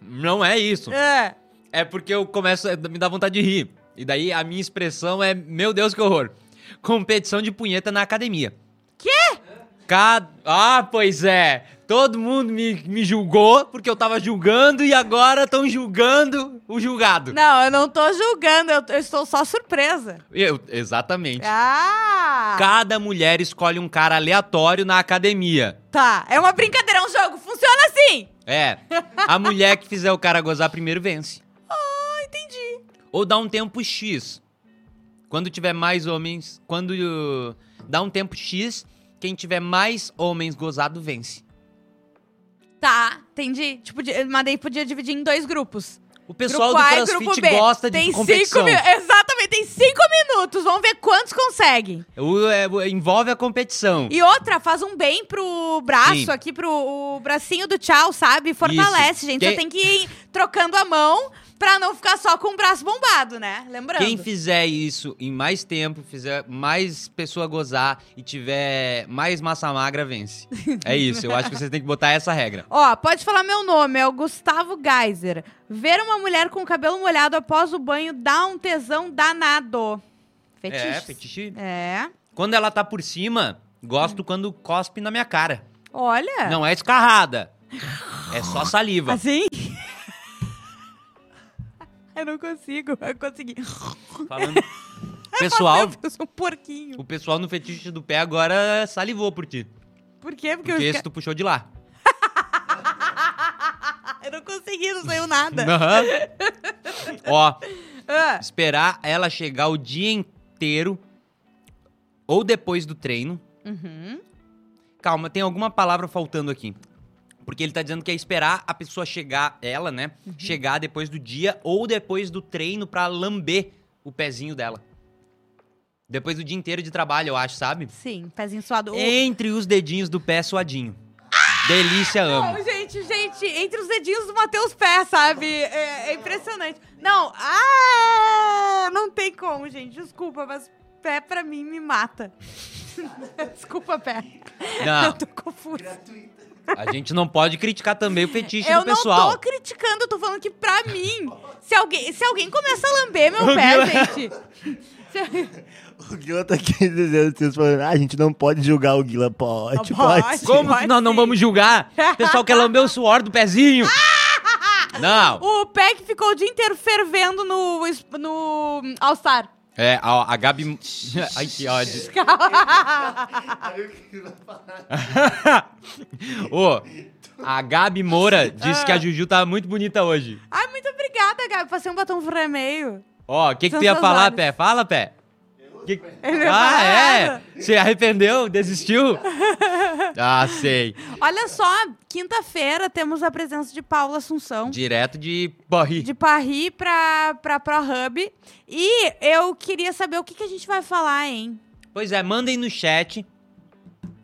Não é isso.
ah.
É porque eu começo, é, me dá vontade de rir. E daí a minha expressão é, meu Deus, que horror. Competição de punheta na academia.
Quê?
Ca- Ah, pois é. Todo mundo me, me julgou porque eu tava julgando e agora estão julgando o julgado.
Não, eu não tô julgando, eu, eu estou só surpresa.
Eu,
É.
exatamente.
Ah!
Cada mulher escolhe um cara aleatório na academia.
Tá, é uma brincadeira, é um jogo, funciona assim!
É. A mulher que fizer o cara gozar primeiro vence.
Ah, entendi.
Ou dá um tempo X. Quando tiver mais homens. Quando uh, dá um tempo X, quem tiver mais homens gozado vence.
Tá, entendi. Tipo, de- mas daí podia dividir em dois grupos.
O pessoal
grupo A e
do
grupo
CrossFit
B.
gosta de
tem Cinco,
competição.
mi- exatamente, tem cinco minutos, vamos ver quantos conseguem.
O- é, o- envolve a competição.
E outra, faz um bem pro braço
Sim.
aqui, pro o bracinho do tchau, sabe? Fortalece, gente.
Quem-
Eu tenho que ir trocando a mão Pra não ficar só com o braço bombado, né? Lembrando.
Quem fizer isso em mais tempo, fizer mais pessoa gozar e tiver mais massa magra, vence. É isso, eu acho que vocês têm que botar essa regra.
Ó, pode falar meu nome, é o Gustavo Geiser. Ver uma mulher com o cabelo molhado após o banho dá um tesão danado. Fetiche.
É, fetiche.
É.
Quando ela tá por cima, gosto
Hum.
quando cospe na minha cara.
Olha.
Não é escarrada. É só saliva.
Assim? Eu não consigo, eu consegui.
Falando... Pessoal,
Eu sou um porquinho.
o pessoal no fetiche do pé agora salivou por ti.
Por quê? Porque,
Porque
eu...
esse tu puxou de lá.
Ah, eu não consegui, não saiu nada.
Aham. Ó,
Ah,
esperar ela chegar o dia inteiro ou depois do treino.
uhum.
Calma, tem alguma palavra faltando aqui. Porque ele tá dizendo que é esperar a pessoa chegar, ela, né?
Uhum.
Chegar depois do dia ou depois do treino pra lamber o pezinho dela. Depois do dia inteiro de trabalho, eu acho, sabe?
Sim, pezinho suado. O-
Entre os dedinhos do pé suadinho. Delícia, amo.
Não, Oh, gente, gente, entre os dedinhos do Matheus Pé, sabe? É, é impressionante. Não, ah, não tem como, gente. Desculpa, mas pé pra mim me mata. Desculpa, pé.
Não.
Eu tô confusa.
A gente não pode criticar também o fetiche
Eu
do
não
pessoal.
tô criticando, eu tô falando que pra mim, se alguém, se alguém começa a lamber meu pé, gente. se-
O Guila tá aqui dizendo, vocês falando, ah, a gente não pode julgar o Guila. Pode,
Ah,
pode.
pode.
Como que nós não vamos julgar? O pessoal quer lamber o suor do pezinho. Não.
O pé que ficou o dia inteiro fervendo no, es- no All-Star.
É, a, a Gabi. Ai, que ódio. Ô, a Gabi Moura disse que a Juju tá muito bonita hoje.
Ai, muito obrigada, Gabi. Passei um batom vermelho.
Ó, o que, que
São
tu ia
seus
falar,
olhos.
Pé? Fala, Pé. Que-
ia
Ah,
falar
é?
nada.
Você arrependeu? Desistiu? Ah, sei.
Olha só, quinta-feira temos a presença de Paula Assunção. De...
Direto de Borri.
Parri pra, pra ProHub. E eu queria saber o que, que a gente vai falar, hein?
Pois é, mandem no chat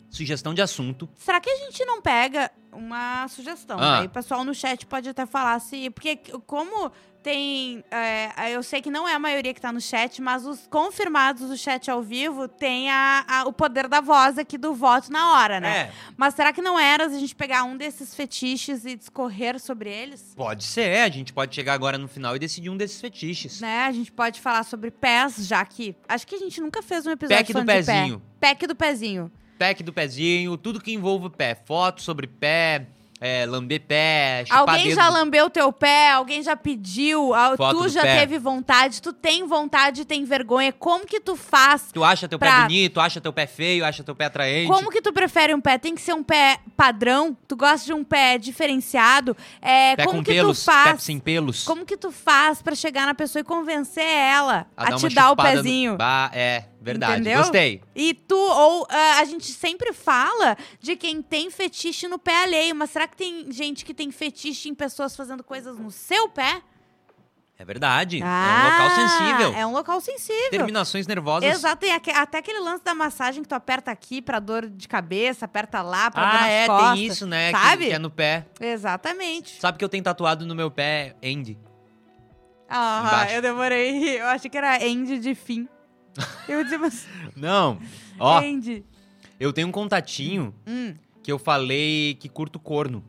sugestão de assunto.
Será que a gente não pega uma sugestão?
Ah.
Aí o pessoal no chat pode até falar se. Porque como tem. é, eu sei que não é a maioria que tá no chat, mas os confirmados do chat ao vivo tem a- a- o poder da voz aqui do voto na hora, né?
É,
Mas será que não era se a gente pegar um desses fetiches e discorrer sobre eles?
pode ser. A gente pode chegar agora no final e decidir um desses fetiches.
Né? A gente pode falar sobre pés, já que. Acho que a gente nunca fez um episódio
Pack do
falando de pé.
pezinho.
Pack do pezinho.
Pack do pezinho, tudo que envolve o pé. Foto sobre pé, é, lamber pé, chupar
alguém
dedo.
já lambeu teu pé, alguém já pediu, a-
Foto
tu
do
já
pé.
teve vontade, tu tem vontade, tem vergonha. Como que tu faz?
Tu acha teu
Pra-
pé bonito, acha teu pé feio, acha teu pé atraente.
Como que tu prefere um pé? Tem que ser um pé padrão? Tu gosta de um pé diferenciado? É,
pé
como
com
que
pelos,
tu
pé
faz?
sem pelos.
Como que tu faz pra chegar na pessoa e convencer ela a,
dar
te
uma
dar o
chupada no-
pezinho?
Bah, é, verdade.
Entendeu?
Gostei.
E tu, ou ah, a gente sempre fala de quem tem fetiche no pé alheio, mas será que tem gente que tem fetiche em pessoas fazendo coisas no seu pé?
É verdade. é um local sensível.
Ah, É um local sensível.
Terminações nervosas.
Exato, tem aque- até aquele lance da massagem que tu aperta aqui pra dor de cabeça, aperta lá pra dor
Ah,
nas
é,
costas.
tem isso, né? que-
sabe?
que é no pé.
Exatamente.
Sabe que eu tenho tatuado no meu pé, Andy?
Ah,
Embaixo.
eu demorei. Eu achei que era end de fim. Eu disse, mas
Não. Ó,
end.
eu tenho um contatinho
Hum.
que eu falei que curto corno.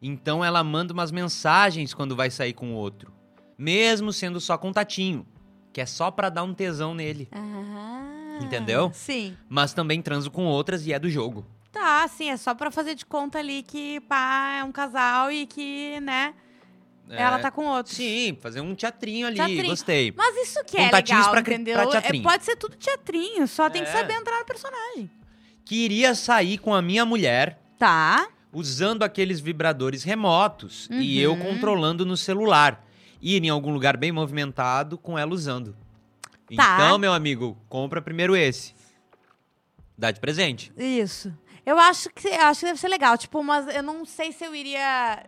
Então ela manda umas mensagens quando vai sair com o outro. Mesmo sendo só contatinho. Que é só pra dar um tesão nele.
Ah,
Entendeu?
Sim.
Mas também transo com outras e é do jogo.
Tá, sim, é só pra fazer de conta ali que pá, é um casal e que, né, ela
É,
tá com outro.
Sim, fazer um teatrinho ali.
Teatrinho.
Gostei.
Mas isso que é
Contatinhos
legal,
pra cri-
entendeu?
pra
É,
teatrinho.
pode ser tudo teatrinho, só tem que
É.
saber entrar no personagem.
Queria sair com a minha mulher
Tá.
usando aqueles vibradores remotos e eu
Uhum.
controlando no celular. Ir em algum lugar bem movimentado com ela usando.
Tá.
Então, meu amigo, compra primeiro esse. Dá de presente.
Isso. Eu acho que eu acho que deve ser legal, tipo, mas eu não sei se eu iria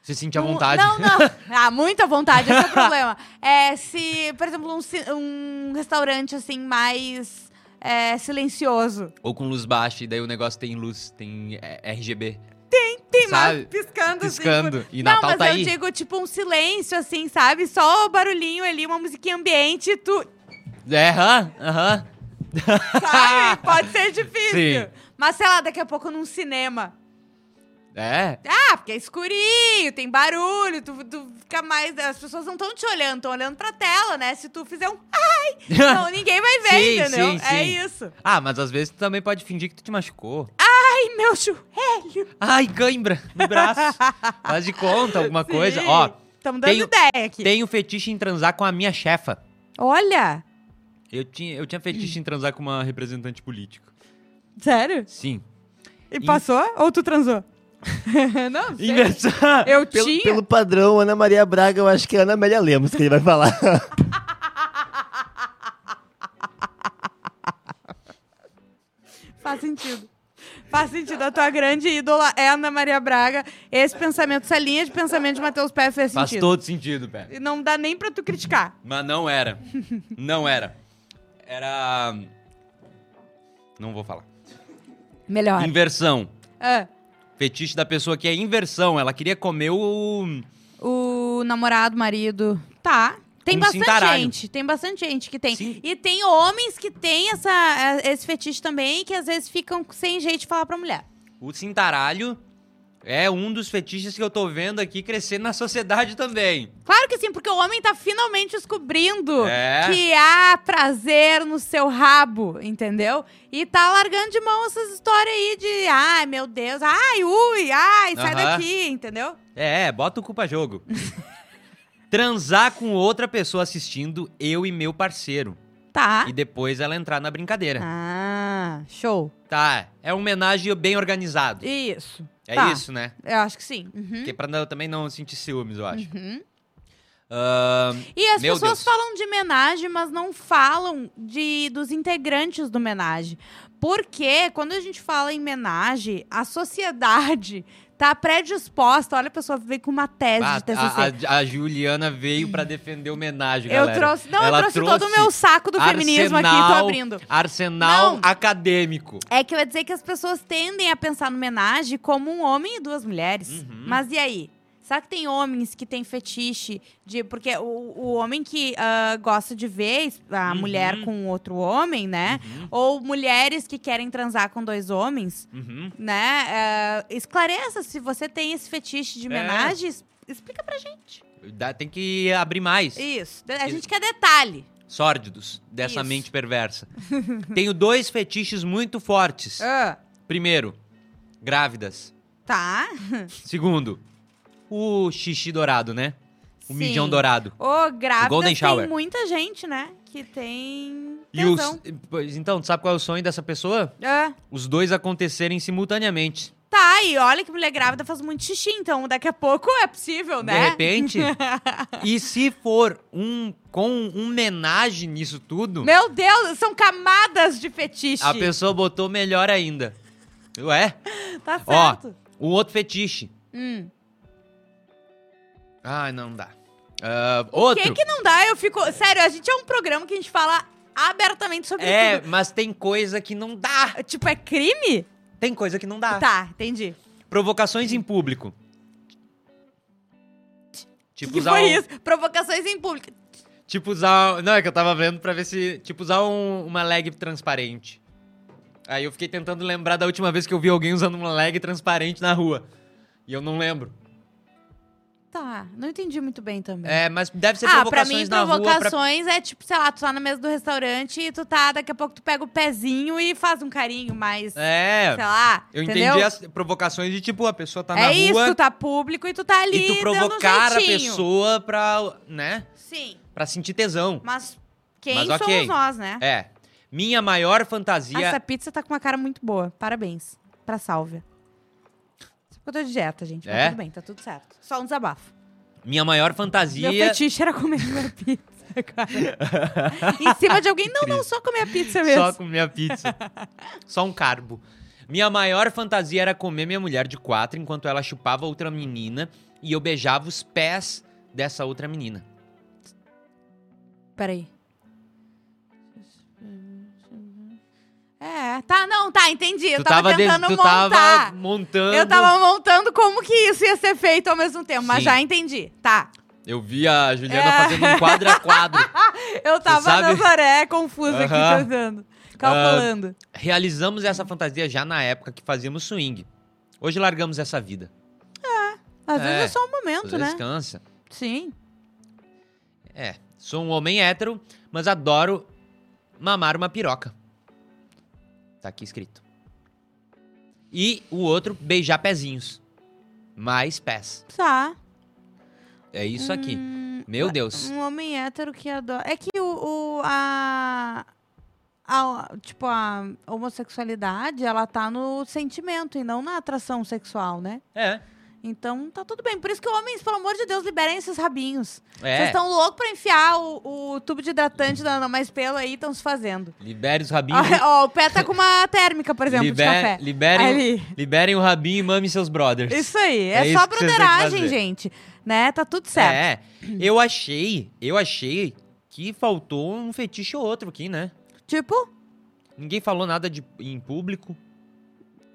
Se sentir à
Não-
vontade.
Não, não. Ah, muita vontade, esse é o problema. É se, por exemplo, um, ci- um restaurante assim mais é, silencioso.
Ou com luz baixa, e daí o negócio tem luz, tem é, RGB.
Sim,
sabe?
mas piscando, assim,
Piscando.
por-
E
não,
Natal
mas
tá
eu
aí.
digo, tipo, um silêncio, assim, sabe? Só o barulhinho ali, uma musiquinha ambiente, tu.
É, aham, aham.
Sabe? Pode ser difícil.
Sim.
Mas sei lá, daqui a pouco num cinema.
É.
Ah, porque é escurinho, tem barulho, tu, tu fica mais. As pessoas não estão te olhando, estão olhando pra tela, né? Se tu fizer um. Não, ninguém vai ver,
Sim,
entendeu?
sim,
É
sim.
isso.
ah, mas às vezes tu também pode fingir que tu te machucou.
Ai, meu joelho.
Ai, cãibra no braço. Faz de conta, alguma coisa. Ó,
Estamos dando
tenho-
ideia aqui.
tenho fetiche em transar com a minha chefa.
Olha!
Eu tinha, eu tinha fetiche em transar com uma representante política.
Sério?
Sim.
E
Em-
passou? Ou tu transou? não, não sei.
Inversão.
Eu
Pelo,
tinha.
pelo padrão, Ana Maria Braga, eu acho que é Ana Amélia Lemos que ele vai falar.
Faz sentido. Faz sentido. A tua grande ídola é a Ana Maria Braga. Esse pensamento, essa linha de pensamento de Matheus Pé fez
Faz
sentido.
todo sentido, pé.
E Não dá nem pra tu criticar.
Mas não era. Não era. Era. Não vou falar.
Melhor.
Inversão.
Ah,
Fetiche da pessoa que é inversão. Ela queria comer o.
o namorado, marido. Tá. Tem
Um
bastante
cintaralho.
gente. Tem bastante gente que tem.
Sim.
E tem homens que têm essa, eh, esse fetiche também, que às vezes ficam sem jeito de falar pra mulher.
O cintaralho é um dos fetiches que eu tô vendo aqui crescer na sociedade também.
Claro que sim, porque o homem tá finalmente descobrindo
É.
que há prazer no seu rabo, entendeu? E tá largando de mão essas histórias aí de ai, meu Deus, ai, ui, ai, sai
Aham.
daqui, entendeu?
É, bota o culpa jogo. Transar com outra pessoa assistindo, eu e meu parceiro.
Tá.
E depois ela entrar na brincadeira.
Ah, show.
Tá, é um homenagem bem organizado.
Isso.
É
tá.
isso, né?
Eu acho que sim. Uhum.
Porque pra não- também não sentir ciúmes, eu acho.
Uhum.
Ahn,
E as
Meu
pessoas
Deus.
falam de homenagem, mas não falam de dos integrantes do homenagem. Porque quando a gente fala em homenagem, a sociedade tá predisposta. Olha, a pessoa veio com uma tese
Ah, a,
de TCC.
a- a- a Juliana veio pra defender homenagem,
eu
galera.
trouxe, não,
Ela
eu trouxe, todo o meu saco do feminismo aqui, tô
arsenal-
abrindo.
Arsenal
Não.
acadêmico.
É que eu ia dizer que as pessoas tendem a pensar no homenagem como um homem e duas mulheres.
Uhum.
Mas e aí? Será que tem homens que têm fetiche de. Porque o, o homem que ah, gosta de ver a
Uhum.
mulher com outro homem, né? Ou mulheres que querem transar com dois homens,
Uhum.
né? Ah, esclareça se você tem esse fetiche de
É.
homenagem. es- Explica pra gente.
Dá- tem que abrir mais.
Isso. A gente quer detalhe.
Sórdidos dessa
Isso.
mente perversa. Tenho dois fetiches muito fortes.
Ah,
Primeiro, grávidas.
tá.
Segundo, o xixi dourado, né? O
Sim.
mijão dourado.
Ô, grávida
Golden
tem
Shower.
muita gente, né? Que tem
E os,
tesão.
pois então, tu sabe qual é o sonho dessa pessoa?
É.
Os dois acontecerem simultaneamente.
Tá, e olha que mulher grávida faz muito xixi, então daqui a pouco é possível, né?
De repente. e se for um com um homenagem nisso tudo,
Meu Deus, são camadas de fetiche.
a pessoa botou melhor ainda. Ué?
Tá
Ó.
certo.
O outro fetiche.
Hum.
Ai, não dá. Ah,
O
outro.
que é que não dá? Eu fico. Sério, a gente é um programa que a gente fala abertamente sobre
É,
tudo.
mas tem coisa que não dá.
Tipo, é crime?
Tem coisa que não dá.
Tá, entendi.
Tipo Provocações em público. Tipo
que
usar
foi
um-
isso? Provocações em público.
Tipo usar. Não, é que eu tava vendo pra ver se. Tipo usar um- uma leg transparente. Aí eu fiquei tentando lembrar da última vez que eu vi alguém usando uma leg transparente na rua. E eu não lembro.
Tá, não entendi muito bem também.
É, mas deve ser
ah, pra mim,
provocações na rua. pra-
provocações é tipo, sei lá, tu tá na mesa do restaurante e tu tá, daqui a pouco tu pega o pezinho e faz um carinho mais,
É.
sei lá.
Eu
entendeu?
entendi as provocações de tipo, a pessoa tá
é
na
isso,
rua
tu tá público e tu tá ali
e tu
dando
provocar
um
a
jeitinho.
pessoa pra. né?
Sim,
Pra sentir tesão.
mas quem
Mas
somos
ok.
nós, né?
É. Minha maior
Ah, Essa
fantasia.
pizza tá com uma cara muito boa. Parabéns. Pra sálvia. Só porque eu tô de dieta, gente. Mas
É?
tudo bem, tá tudo certo. Só um desabafo.
Minha maior
Meu
fantasia.
fetiche era comer minha pizza, cara. em cima de alguém. Não, não, só comer a pizza mesmo.
Só com minha pizza. Só um carbo. Minha maior fantasia era comer minha mulher de quatro enquanto ela chupava outra menina e eu beijava os pés dessa outra menina.
Peraí. É, tá, não, tá, entendi. Eu
tu
tava,
tava, des-
tentando
tu
montar.
tava montando.
Eu tava montando como que isso ia ser feito ao mesmo tempo, mas
Sim.
já entendi. Tá.
Eu vi a Juliana
É.
fazendo um quadro a quadro.
Eu tava
sabe?
Nazaré confusa aqui,
Aham.
pensando. Calculando.
Realizamos essa fantasia já na época que fazíamos swing. Hoje largamos essa vida.
Às
é.
vezes é só um
Às
momento,
vezes
né?
cansa.
Sim.
É. Sou um homem hétero, mas adoro mamar uma piroca. Tá aqui escrito. E o outro, beijar pezinhos. Mais pés.
Tá.
É isso aqui.
Hum,
Meu Deus.
Um homem hétero que adora. É que o. o- a, a- Tipo, a homossexualidade, ela tá no sentimento e não na atração sexual, né?
É.
Então tá tudo bem. Por isso que homens, pelo amor de Deus, liberem esses rabinhos. Vocês
É.
estão loucos pra enfiar o, o tubo de hidratante da Ana Mais Pelo aí, estão se fazendo.
Libere os rabinhos.
Ó, o pé tá com uma térmica, por exemplo,
Liber-
de café.
Liberem,
Ali.
liberem o rabinho e mame seus brothers.
Isso aí.
É
É,
isso
só
que vocês têm que
broderagem,
fazer.
gente. Né? Tá tudo certo.
É. Eu achei, eu achei que faltou um fetiche ou outro aqui, né?
Tipo,
Ninguém falou nada de, em público.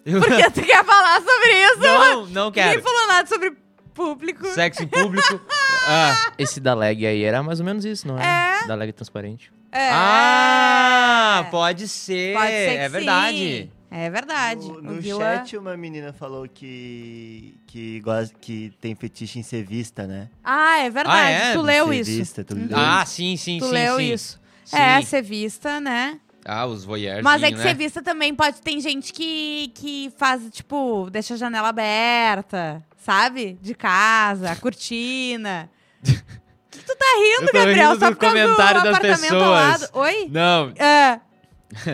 Eu
por que tu quer falar sobre isso?
não, não quero.
Ninguém falou nada sobre público.
Sexo em público. Ah,
Esse da lag aí era mais ou menos isso, não é? Da lag transparente.
É.
Ah, pode ser.
Pode ser que
é
sim.
verdade.
É verdade.
No,
O
no
Guila-
chat, uma menina falou que, que, gosta, que tem fetiche em ser vista, né?
Ah, é verdade.
Ah, é?
Tu
Em
leu
ser
isso. Uhum.
vista, tu leu
Ah, sim, sim,
tu
sim,
leu
sim.
isso.
Sim.
É, ser vista, né?
Ah, os voyeurs.
Mas é que
né?
ser vista também pode. Tem gente que, que faz, tipo, deixa a janela aberta, sabe? De casa, a cortina. O que tu tá rindo,
Eu tô
Gabriel?
rindo
Só
do
por causa
comentário
do
das
apartamento ao lado.
pessoas.
Oi?
Não,
É.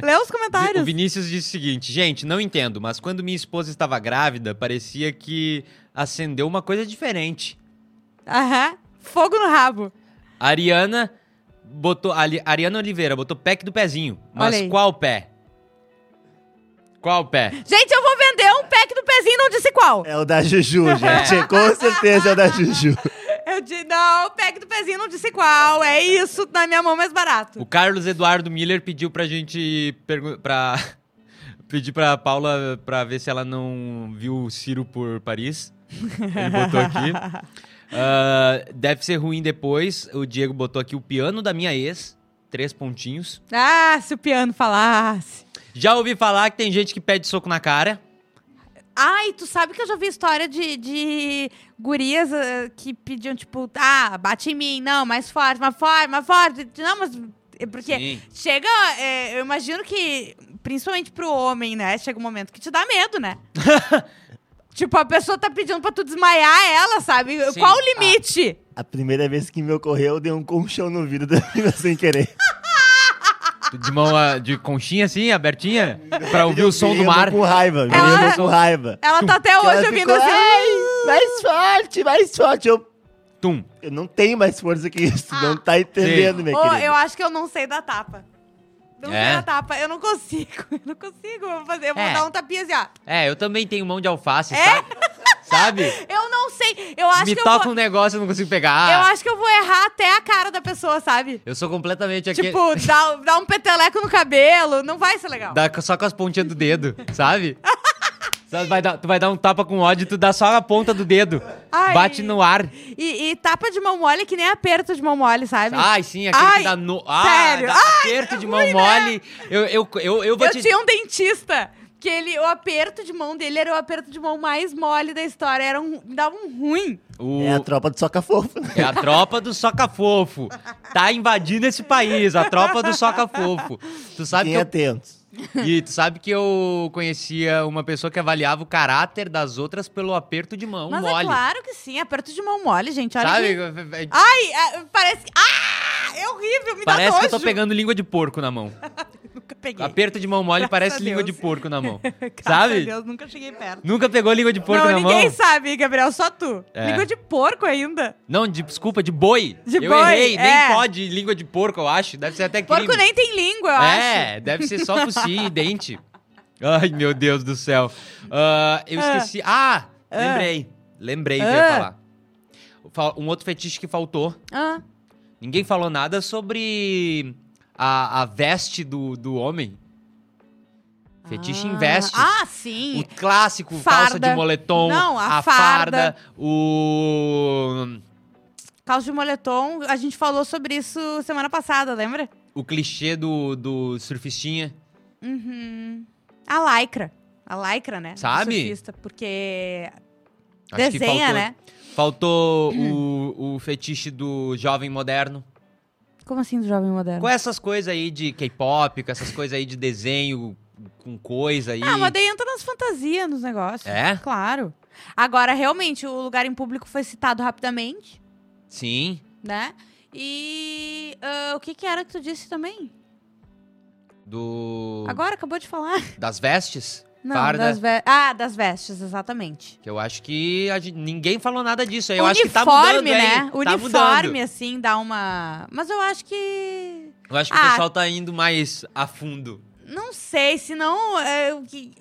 Lê os
O
comentários.
Vinícius disse o seguinte, gente, não entendo, mas quando minha esposa estava grávida, parecia que acendeu uma coisa diferente.
Aham. Fogo no rabo.
Ariana botou. Ali- Ariana Oliveira botou pack do pezinho.
Olha
Mas
aí.
qual pé? Qual pé?
Gente, eu vou vender um pack do pezinho, não disse qual.
É o da Juju, gente. Com certeza é o da Juju.
Eu disse, não, o pack do pezinho, não disse qual. É isso, na minha mão mais barato.
O Carlos Eduardo Miller pediu pra gente. pergu- Pra, pedir pra Paula pra ver se ela não viu o Ciro por Paris. Ele botou aqui. Ah, deve ser ruim depois. O Diego botou aqui o piano da minha ex. Três pontinhos.
Ah, se o piano falasse.
Já ouvi falar que tem gente que pede soco na cara.
Ai, tu sabe que eu já vi história de, de gurias eh, que pediam, tipo, ah, bate em mim, não, mais forte, mais forte, mais forte. Não, mas. é Porque
Sim.
chega. eh, eu imagino que, principalmente pro homem, né? Chega um momento que te dá medo, né? tipo, a pessoa tá pedindo pra tu desmaiar ela, sabe?
Sim.
Qual o limite?
A primeira vez que me ocorreu, eu dei um colchão no vidro da menina sem querer.
De mão ah, de conchinha assim, abertinha, pra ouvir o som do mar.
Com raiva, me
Ela-
lembro com
Ah.
raiva.
Ela tá até hoje
ela
ouvindo
ficou,
assim.
"Ai, mais forte, mais forte. Eu,
Tum.
eu não tenho mais força que isso. Não tá entendendo, minha
Ah. Ô,
querida.
eu acho que eu não sei da tapa. Não
É?
sei da tapa. Eu não consigo. Eu não consigo. Eu vou fazer. Eu vou
É.
dar um tapinha assim, ó.
É, eu também tenho mão de alface, sabe? Sabe?
Eu não sei. Eu É? acho
Me
que eu
toca
vou.
um negócio eu não consigo pegar. Ah,
Eu acho que eu vou errar até a cara da pessoa, sabe?
Eu sou completamente aquele.
Tipo, dar dá um peteleco no cabelo. Não vai ser legal.
Dá só com as pontinhas do dedo, sabe? Sabe, vai dar- tu vai dar um tapa com ódio e tu dá só a ponta do dedo.
Ai.
Bate no ar.
E, e tapa de mão mole que nem aperto de mão mole, sabe?
Ai, sim, aquele
Ai,
que dá no. Ah,
sério.
dá aperto de mão mole. Eu, eu, eu, né? eu vou
eu
te.
tinha um dentista. Que ele, o aperto de mão dele era o aperto de mão mais mole da história. Era um, dava um ruim.
O-
É a tropa de soca né? fofa.
É a tropa do soca fofo. Tá invadindo esse país, a tropa do soca fofo. Tu sabe
Fiquem
que eu,
atentos.
e tu sabe que eu conhecia uma pessoa que avaliava o caráter das outras pelo aperto de mão
Mas é
mole.
claro que sim, aperto de mão mole, gente. Olha
sabe? É,
que- Ai, é, parece que. Ah! É horrível, me dá
Parece que
nojo.
eu tô pegando língua de porco na mão.
Nunca peguei.
Aperto de mão mole
Graças a
parece língua de
Deus.
porco na mão.
Graças a
sabe?
Deus, nunca cheguei perto.
Nunca pegou língua de porco
não,
na
ninguém
mão?
sabe, Gabriel, só tu.
É.
Língua de porco ainda.
Não, de- desculpa, de boi.
De
eu
boi,
errei,
é.
nem pode língua de porco, eu acho. Deve ser até crime.
Porco nem tem língua, eu acho.
é, deve ser só focinho e dente. Ai, meu Deus do céu. Ah, eu
Ah.
esqueci.
Ah.
Ah, lembrei. Lembrei, que eu
Ah.
ia falar. Fa- Um outro fetiche que faltou.
Ah,
Ninguém falou nada sobre a, a veste do, do homem. Fetiche
Ah,
em vestes.
Ah, sim.
O clássico, calça
Farda.
de moletom,
Não, a
a, farda, o
Calça de moletom, a gente falou sobre isso semana passada, lembra?
o clichê do, do surfistinha.
Uhum. A lycra. A lycra, né? Do
Sabe?
surfista, porque
Acho que
desenha,
faltou,
né? Hum.
Faltou o, o fetiche do jovem moderno.
Como assim do jovem moderno?
Com essas coisas aí de K-pop, com essas coisas aí de desenho, com coisa aí.
Ah, mas daí entra nas fantasias, nos negócios.
É?
Claro. Agora, realmente, o lugar em público foi citado rapidamente,
Sim.
né? E ah, o que que era que tu disse também?
Do.
Agora, acabou de falar.
Das vestes.
Não,
Farda.
das ve- Ah, das vestes, exatamente.
Que eu acho que a gente- ninguém falou nada disso. Eu acho que tá mudando,
Uniforme,
hein?
né?
Tá
Uniforme,
mudando.
assim, dá uma... Mas eu acho que...
Eu acho que
Ah.
o pessoal tá indo mais a fundo.
Não sei, senão... É, o que...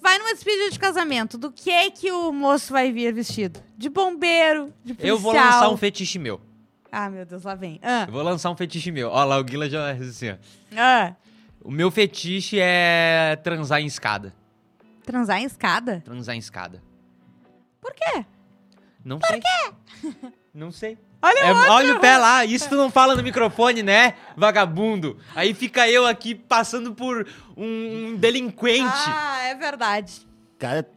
Vai numa despedida de casamento, do que é que o moço vai vir vestido? De bombeiro, de policial...
Eu vou lançar um fetiche meu.
Ah, meu Deus, lá vem. Ah,
Eu vou lançar um fetiche meu. Ó lá, o Guila já assim, ó.
ah.
O meu fetiche é transar em escada.
Transar em escada?
Transar em escada.
Por quê?
Não sei. Por quê? Não sei.
Olha
É, olha o pé lá, isso tu não fala no microfone, né, vagabundo? Aí fica eu aqui passando por um, um delinquente.
Ah, é verdade.
Cara,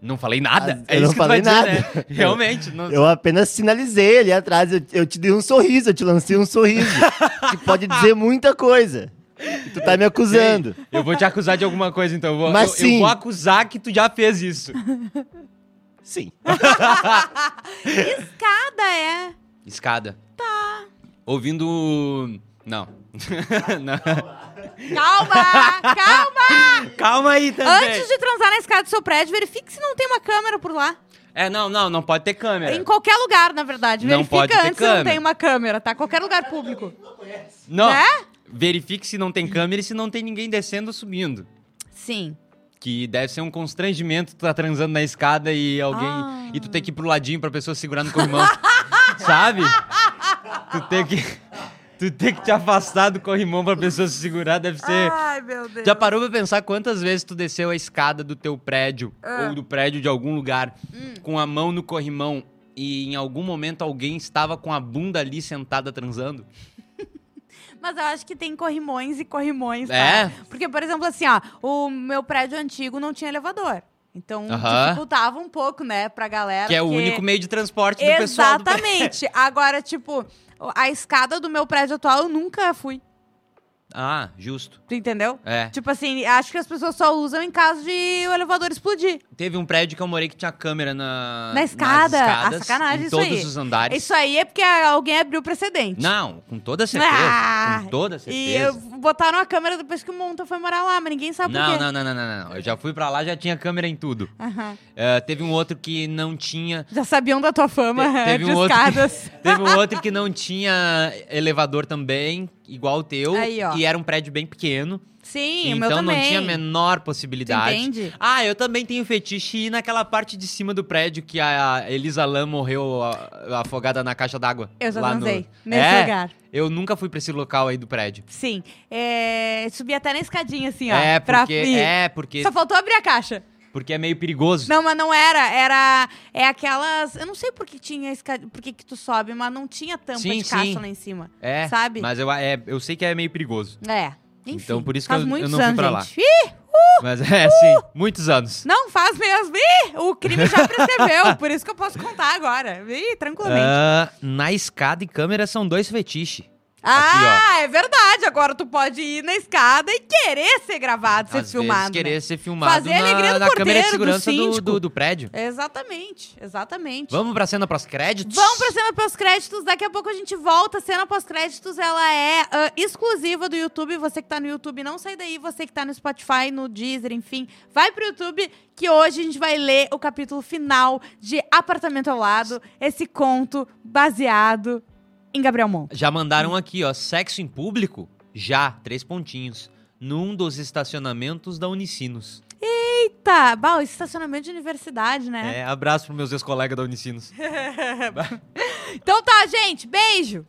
Não falei nada.
Ah,
é isso
eu não
que tu vai
falei
dizer, né?
nada.
Realmente. Não...
eu apenas sinalizei ali atrás, eu, eu te dei um sorriso, eu te lancei um sorriso. que pode dizer muita coisa. E Tu tá me acusando.
Eu vou te acusar de alguma coisa, então. Eu vou,
Mas
eu, eu
sim.
vou acusar que tu já fez isso.
Sim.
Escada é.
Escada. Tá. Ouvindo... Não. Não.
Calma! calma!
Calma aí também.
Antes de transar na escada do seu prédio, verifique se não tem uma câmera por lá.
É, não, não, não pode ter câmera.
Em qualquer lugar, na verdade.
É. Não
Verifica
pode ter
antes se não
câmera.
tem uma câmera, tá? Qualquer lugar público.
Não.
Né?
Verifique se não tem câmera e se não tem ninguém descendo ou subindo.
Sim.
Que deve ser um constrangimento tu tá transando na escada e alguém.
Ah.
E tu ter que ir pro ladinho pra pessoa segurar no corrimão. sabe? Tu ter que. Tu ter que te afastar do corrimão pra pessoa se segurar deve ser.
Ai, meu Deus.
Já parou pra pensar quantas vezes tu desceu a escada do teu prédio
Ah.
ou do prédio de algum lugar
Hum.
com a mão no corrimão e em algum momento alguém estava com a bunda ali sentada transando?
Mas eu acho que tem corrimões e corrimões, tá?
É.
Porque, por exemplo, assim, ó, o meu prédio antigo não tinha elevador. Então
Aham.
dificultava um pouco, né, pra galera.
Que é o
porque-
único meio de transporte do pessoal. né? do prédio.
Exatamente. Agora, tipo, a escada do meu prédio atual eu nunca fui.
Ah, justo.
Tu entendeu?
É.
Tipo assim, acho que as pessoas só usam em caso de o elevador explodir.
Teve um prédio que eu morei que tinha câmera na,
Na escada.
nas
Ah,
escadas,
sacanagem
em
isso
todos
aí.
os andares.
Isso aí é porque alguém abriu o precedente.
Não, com toda certeza.
Ah,
com toda
E
certeza.
eu- botaram a câmera depois que o Monta foi morar lá, mas ninguém sabe por
Não,
quê.
não, não, não, não, não. Eu já fui pra lá, já tinha câmera em tudo.
Aham.
Eh, teve um outro que não tinha.
Já sabiam da tua fama
Te- teve
de
um outro-
escadas.
Teve um outro que não tinha elevador também, igual o teu.
Aí, ó.
E era um prédio bem pequeno.
Sim, o meu
então não
também.
tinha a menor
Tu
possibilidade.
entende?
Ah, eu também tenho fetiche e naquela parte de cima do prédio que a Elisa Lam morreu a- afogada na caixa d'água.
Eu já
lá no-
transei nesse
É,
lugar.
Eu nunca fui pra esse local aí do prédio.
Sim. É, subi até na escadinha, assim, ó.
é,
pra
porque,
ir.
é, porque,
Só faltou abrir a caixa.
porque é meio perigoso.
Não, mas não era. Era. É aquelas. Eu não sei por que tinha escada. Por que, que tu sobe, mas não tinha tampa
Sim,
de caixa
sim.
lá em cima.
É,
Sabe?
mas eu, é, eu sei que é meio perigoso.
É. Enfim,
Então, por isso que
faz
eu- eu
muitos
não fui
anos,
pra lá.
gente. Ih,
Mas
Uh!
é, sim, muitos anos.
não faz mesmo. Ih, o crime já prescreveu. por isso que eu posso contar agora. Ih, tranquilamente.
Ah, na escada e câmera são dois fetiches.
ah, é verdade. Agora tu pode ir na escada e querer ser gravado, ser
Às
filmado.
vezes querer
né?
ser filmado
Fazer a alegria
na,
do
na câmera de
porteiro, do
segurança do,
síndico.
do, do prédio.
Exatamente, exatamente.
Vamos pra cena pros créditos?
Vamos pra cena pós-créditos, daqui a pouco a gente volta. Cena pós-créditos, ela é ah, exclusiva do YouTube. Você que tá no YouTube, não sai daí. Você que tá no Spotify, no Deezer, enfim, vai pro YouTube que hoje a gente vai ler o capítulo final de Apartamento ao Lado, esse conto baseado em Gabriel Monte.
Já mandaram aqui, ó. Sexo em público? Já, três pontinhos. Num dos estacionamentos da Unicinos.
Eita, bal, estacionamento de universidade, né?
É, abraço pros meus ex-colegas da Unicinos.
Então tá, gente, beijo.